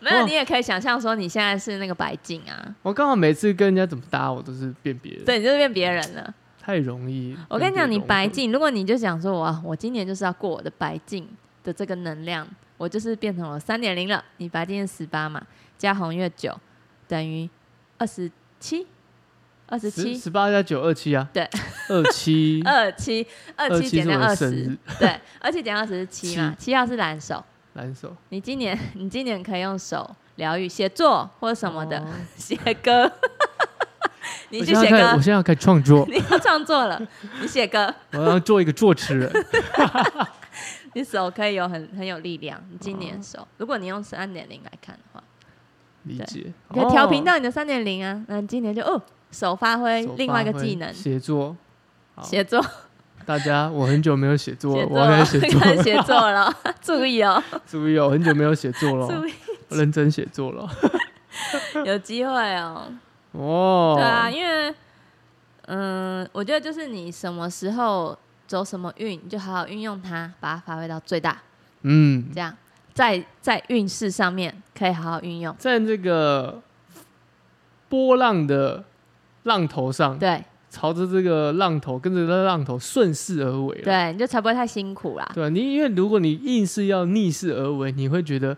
S2: 没有
S1: 哦
S2: 你也可以想象说你现在是那个白净啊，
S1: 我刚好每次跟人家怎么搭，我都是辨别人，
S2: 对，你就变别人了。
S1: 太容易。
S2: 我跟你讲，你白
S1: 进，
S2: 净，如果你就想说哇，我今年就是要过我的白净的这个能量，我就是变成我三点零了。你白净是十八嘛，加红月九等于二十七，二十
S1: 十
S2: 七。
S1: 十八加九二七啊，
S2: 对，
S1: 二七
S2: 二七二七
S1: 七
S2: 减
S1: 是我
S2: 掉
S1: 的
S2: 二
S1: 生
S2: 十
S1: 日，，
S2: 对，而且减到十是七嘛，七号是蓝手。
S1: 蓝手
S2: 你今年 你今年可以用手疗愈写作或者什么的，
S1: 哦
S2: 写歌。你
S1: 我
S2: 去
S1: 现在
S2: 写
S1: 要开，我
S2: 歌，
S1: 现在要开始创作
S2: ，你要创作了，你写歌，
S1: 我要做一个作词 人。
S2: 你手可以有很很有力量。你今年
S1: 哦
S2: 手，如果你用三点零来看的话，
S1: 理解，
S2: 你可以调频
S1: 哦
S2: 到你的三点零啊。那你今年就哦，手发挥
S1: 手
S2: 另
S1: 发
S2: 外一个
S1: 挥
S2: 技能，
S1: 写作。好
S2: 写作，
S1: 大家，我很久没有写作
S2: 写
S1: 了，
S2: 作
S1: 我要
S2: 了，
S1: 开始写 作
S2: 开始
S1: 了。
S2: 写作了，注意哦，
S1: 注意哦，很久没有写作了
S2: 注
S1: 哦，
S2: 意，
S1: 我认真写作了。
S2: 有机会哦。
S1: 哦，
S2: 对啊，，因为嗯、我觉得就是你什么时候走什么运，你就好好运用它，把它发挥到最大，
S1: 嗯，
S2: 这样在在运势上面可以好好运用。
S1: 在这个波浪的浪头上，
S2: 对
S1: 朝着这个浪头，跟着这个浪头顺势而为了。
S2: 对，你就才不会太辛苦啦。
S1: 对啊，你因为如果你硬是要逆势而为，你会觉得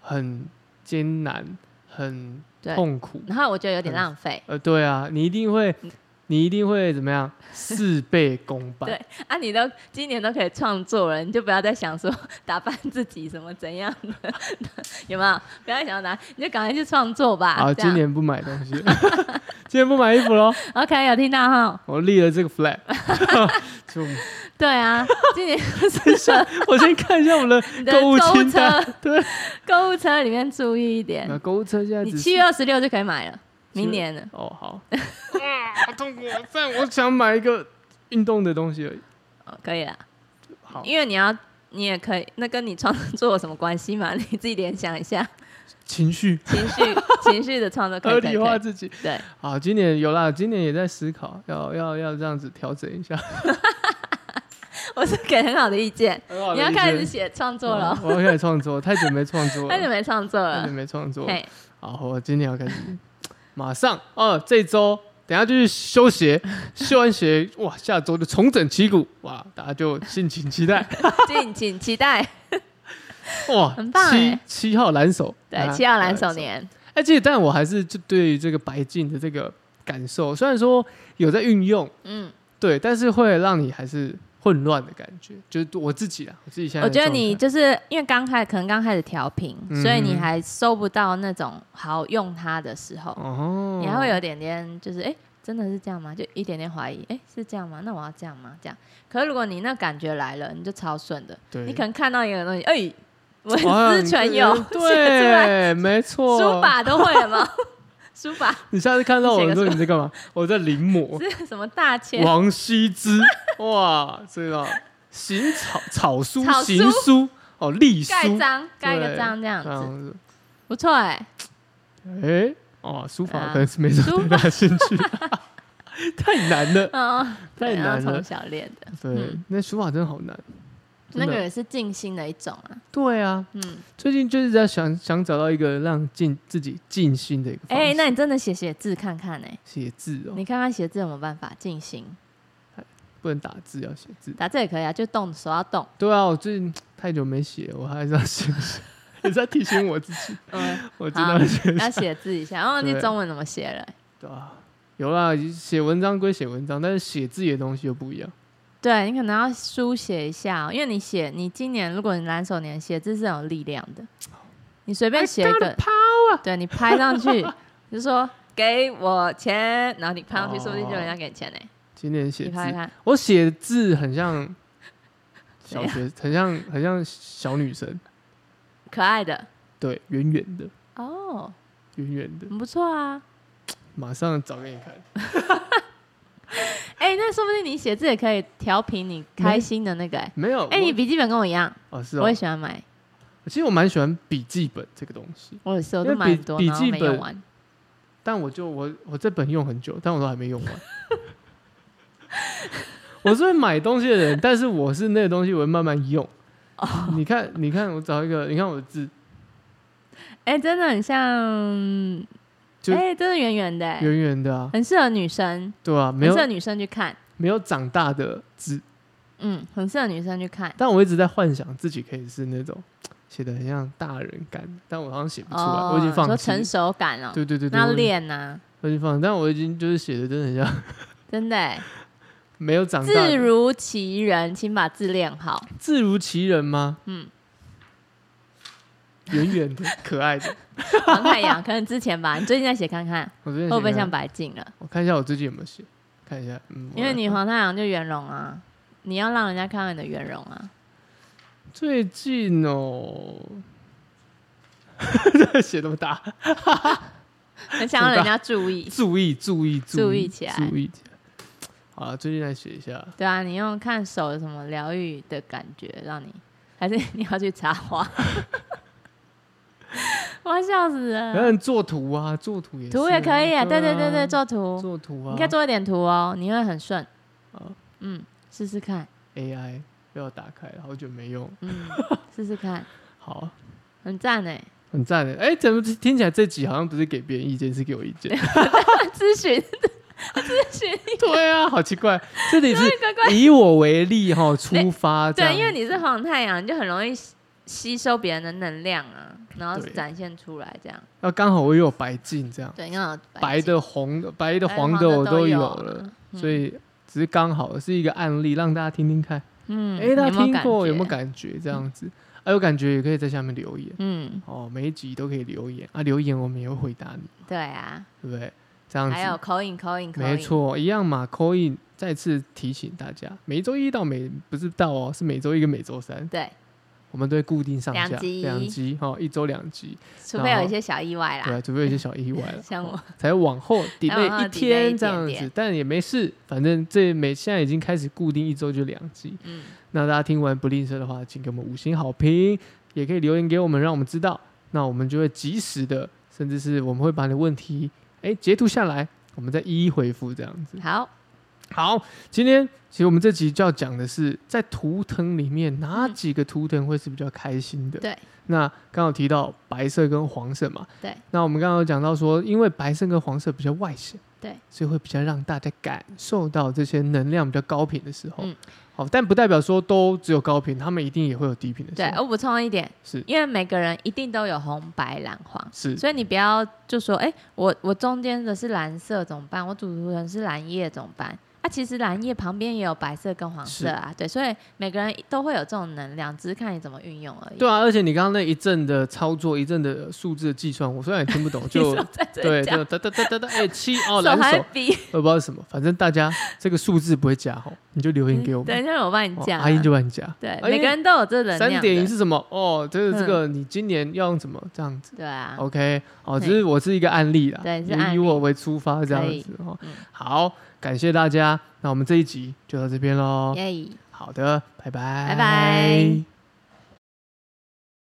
S1: 很艰难、很
S2: 对
S1: 痛苦。
S2: 然后我觉得有点浪费
S1: 呃，对啊，你一定会，
S2: 嗯
S1: 你一定会怎么样？事倍功半。
S2: 对啊！你都今年都可以创作了，你就不要再想说打扮自己什么怎样 的，有没有？不要再想打，你就赶快去创作吧。
S1: 好，
S2: 啊这样
S1: 今年不买东西， 今年不买衣服喽。
S2: OK 有听到哈？
S1: 我立了这个 flag，就
S2: 对啊，今年
S1: 等一下，我先看一下我们
S2: 你
S1: 的
S2: 的
S1: 购物清单
S2: 购物。
S1: 对，
S2: 购物车里面注意一点
S1: 那。购物车现在
S2: 你
S1: 只
S2: 七
S1: 是
S2: 月二十六就可以买了，明年了。
S1: 哦，好， 啊，好痛苦！但我想买一个运动的东西而已。
S2: 哦，可以啦，
S1: 好，
S2: 因为你要，你也可以，那跟你创作有什么关系嘛？ 你自己联想一下，
S1: 情绪
S2: 情 绪情绪的创作可
S1: 合
S2: 以可以
S1: 理化
S2: 可以，
S1: 自己。
S2: 对，
S1: 好，今年有啦，今年也在思考，要要要这样子调整 一下。
S2: 我是给很好的意见。
S1: 很好的
S2: 你要
S1: 意
S2: 开
S1: 见
S2: 始写创作了
S1: 啊，我要开始创作，太久没创 作
S2: 那你
S1: 了，
S2: 没创作
S1: 太
S2: 了
S1: 久，没创作了。
S2: 嘿，
S1: 好，我今天要开始，马上哦，这周等一下就去修 鞋，修完鞋哇，下周就重整旗鼓哇，大家就敬请期 待
S2: 敬请 期待。
S1: 哇，
S2: 很棒
S1: 七
S2: 欸
S1: 七号蓝手，
S2: 对
S1: 大，家
S2: 七号蓝手。年，
S1: 哎，其实但我还是就对于这个白净的这个感受，虽然说有在运用，
S2: 嗯，
S1: 对，但是会让你还是混乱的感觉，就是我自己啦，啊我自己现在
S2: 我
S1: 的
S2: 觉得
S1: 状
S2: 你
S1: 态
S2: 就是因为刚开，可能刚开始调频，
S1: 嗯
S2: 所以你还收不到那种好用它的时候。
S1: 哦，
S2: 你还会有点点就是哎、诶真的是这样吗？就一点点怀疑，哎、是这样吗？那我要这样吗？这样。可是如果你那感觉来了，你就超顺的。
S1: 对，哦
S2: 你可能看到一个东西，哎、文
S1: 哇
S2: 思泉涌，写出来
S1: 对，没错，
S2: 书法都会了吗？书法
S1: 你下次看到我
S2: 你写个
S1: 说
S2: 什么
S1: 你在干 嘛？我在临摹
S2: 是什么大千
S1: 王羲之，哇，知道行草草书
S2: 草、书
S1: 行书哦，隶书
S2: 盖章，盖个
S1: 对
S2: 章这样
S1: 这
S2: 子，
S1: 样子。
S2: 不错哎、
S1: 哎，哦，书法
S2: 对啊
S1: 可能是没什
S2: 书
S1: 么太大兴 趣，太难了，
S2: 嗯，
S1: 太
S2: 对然后
S1: 难了
S2: 从。小练的，
S1: 对
S2: 嗯，
S1: 那书法真的好难。真
S2: 那
S1: 的
S2: 个也是静心的一种啊。
S1: 对啊，
S2: 嗯，
S1: 最近就是在想想找到一个让静自己静心的一个方
S2: 哎、
S1: 式。
S2: 那你真的写写字看看哎、
S1: 写字哦，
S2: 你看看写字有没有办法静心？
S1: 不能打字，要写字。
S2: 打字也可以啊，就动手要动。
S1: 对啊，我最近太久没写了，我还是要写 写。也在提醒我自己，
S2: 嗯，
S1: 我真的要写
S2: 要写字一下。哦，
S1: 对
S2: 你中文怎么写了？
S1: 对啊，有啦，写文章归写文章，但是写自己的东西又不一样。
S2: 对你可能要书写一下哦、因为你写，你今年如果你蓝手年写字是很有力量的，你随便写一个，对你拍上 去，你就说给我钱，然后你拍上去，说不定就有人要给你钱呢、
S1: 今年写
S2: 你
S1: 字，
S2: 拍拍看，
S1: 我写字很 像
S2: 怎
S1: 小
S2: 样
S1: 学，很像很像小女生，
S2: 可爱的
S1: 对，圆圆的，
S2: 哦，
S1: 圆圆的，
S2: 很不错啊。
S1: 马上找给你看。
S2: 哎、那说不定你写字也可以调平你开心的那个、欸。
S1: 没有，
S2: 哎、
S1: 我
S2: 你笔记本跟我一样，
S1: 哦是哦
S2: 我也，喜欢买，
S1: 其实我蛮喜欢笔记本这个东西，
S2: 我也是，我
S1: 因
S2: 都
S1: 为
S2: 买很
S1: 笔
S2: 多，
S1: 笔
S2: 然后
S1: 记
S2: 没
S1: 本
S2: 用完。
S1: 但我就我我这本用很久，但我都还没用完。 我是会买东西的人，但是我是那个东西我会慢慢用。
S2: 哦
S1: 你看，你看，我找一个，你看我的字
S2: 哎、真的很像，
S1: 就
S2: 哎、真的圆圆的、欸，
S1: 圆圆的啊，
S2: 很适合女生，
S1: 对啊，没
S2: 很
S1: 有
S2: 适合女生去看。
S1: 没有长大的字，
S2: 嗯，很适合女生去看。
S1: 但我一直在幻想自己可以是那种写的很像大人感，但我好像写不出来，我已经放
S2: 哦说
S1: 弃了。
S2: 成熟感哦，
S1: 对对对对，
S2: 那
S1: 我已经
S2: 练呐、
S1: 我已经放弃，但我已经就是写的真的很像
S2: 真的、欸，
S1: 没有长大的
S2: 字如其人，请把字练好。
S1: 字如其人吗？
S2: 嗯，
S1: 圆圆的，可爱的。
S2: 黄太阳，可能之前吧，你最近在写看看，
S1: 我最近
S2: 会
S1: 写
S2: 不会
S1: 看
S2: 像白净了？
S1: 我看一下我最近有没有写，看一下，嗯，我
S2: 因为
S1: 来
S2: 你黄太阳就圆融啊，你要让人家看到你的圆融啊。
S1: 最近哦， 写那么大，。
S2: 很想让人家注意
S1: 注意注意
S2: 注
S1: 意
S2: 意起来
S1: 注意起来。好了，最近来写一下，
S2: 对啊，你用看手有什么疗愈的感觉，让你 还是你要去插花？ 我要笑死
S1: 然
S2: 了。
S1: 后做图啊，做图也是
S2: 嗯图也可以啊，对对
S1: 啊
S2: 对对，做图，
S1: 做哦图啊，
S2: 你可以做一点图哦，你会很顺
S1: 好。
S2: 嗯，试试看，
S1: AI 不要打开了，好久没用，
S2: 嗯，试试看，
S1: 好，
S2: 很赞 哎。
S1: 很赞的。哎、怎么听起来这集好像不是给别人意见，是给我意 见？
S2: 咨询，咨询，
S1: 对啊，好奇怪，这 里是
S2: 乖乖。
S1: 以我为例哈出发这样，
S2: 对，因为你是黄太阳，你就很容易吸吸收别人的能量啊，然后
S1: 对
S2: 展现出来这样。
S1: 那刚好我有白净这样，
S2: 对，你看
S1: 白的、红的、白的、黄的我都有嗯了，，
S2: 嗯
S1: 所以只是刚好是一个案例，让大家听听看。
S2: 嗯，
S1: 哎，大家听过有
S2: 有
S1: 没有
S2: 觉？
S1: 感觉这样子？哎，有感觉也可以在下面留言
S2: 嗯，
S1: 哦，每一集都可以留言啊，留言我们也会回答你，
S2: 对啊，
S1: 对不对？这样
S2: 还有
S1: 子，
S2: 口音，口音，口音，
S1: 没，错，一样嘛。c a l in 再次提醒大家，每周一到每不是到哦，是每周一跟每周三，
S2: 对，
S1: 我们都会固定上
S2: 两
S1: 下
S2: 集
S1: 两集哦，一周两集，
S2: 除非有一些小意外啦，
S1: 对，除非有一些小意 外了，
S2: 啊
S1: 哦
S2: 像我，
S1: 才往 后 delay
S2: 后
S1: 一天
S2: delay
S1: 这样
S2: 一
S1: 子，
S2: 点点
S1: 但也没事，反正这每现在已经开始固定一周就两集。
S2: 嗯，
S1: 那大家听完不吝啬的话，请给我们五星好评，也可以留言给我们，让我们知道，那我们就会及时的，甚至是我们会把你的问题哎、截图下来，我们再一一回复这样子。
S2: 好，
S1: 好，今天其实我们这集就要讲的是，在图腾里面哪几个图腾会是比较开心的？
S2: 对。
S1: 那刚好提到白色跟黄色嘛，
S2: 对。
S1: 那我们刚刚有讲到说，因为白色跟黄色比较外显，
S2: 对，
S1: 所以会比较让大家感受到这些能量比较高频的时候。
S2: 嗯
S1: 好，但不代表说都只有高频，他们一定也会有低频的时
S2: 对哦
S1: 候。
S2: 我补充一点，
S1: 是
S2: 因为每个人一定都有红、白、蓝、黄，
S1: 是
S2: 所以你不要就说，哎、我我中间的是蓝色怎么办？我主图人是蓝叶怎么办？啊，其实蓝叶旁边也有白色跟黄色啊，对，所以每个人都会有这种能量，只是看你怎么运用而已。
S1: 对啊，而且你刚刚那一阵的操作，一阵的数字的计算，我虽然也听不 懂，
S2: 你
S1: 就
S2: 说在这
S1: 对，
S2: 讲
S1: 就哒哒哒哒哒，哎、七哦，
S2: 手
S1: 蓝
S2: 还
S1: 手，
S2: 比
S1: 我不知道是什么，反正大家这个数字不会加吼，你就留言给我们，
S2: 等一下我帮你
S1: 哦
S2: 加。
S1: 阿英就帮你加。
S2: 对，
S1: 阿
S2: 每
S1: 英
S2: 个人都有嗯这能
S1: 三
S2: 量
S1: 点
S2: 的
S1: 零是什么？哦，就是这
S2: 嗯
S1: 个，你今年要用什么这样子
S2: 对啊，
S1: ？OK，哦，
S2: 对
S1: 这是我是一个案例啦，
S2: 对是
S1: 以
S2: 案
S1: 以
S2: 例
S1: 我为出发这样
S2: 可以
S1: 子哦
S2: 嗯。
S1: 好，感谢哦大家，那我们这一集就到这边喽。
S2: 耶。
S1: 好的，拜拜，
S2: 拜拜。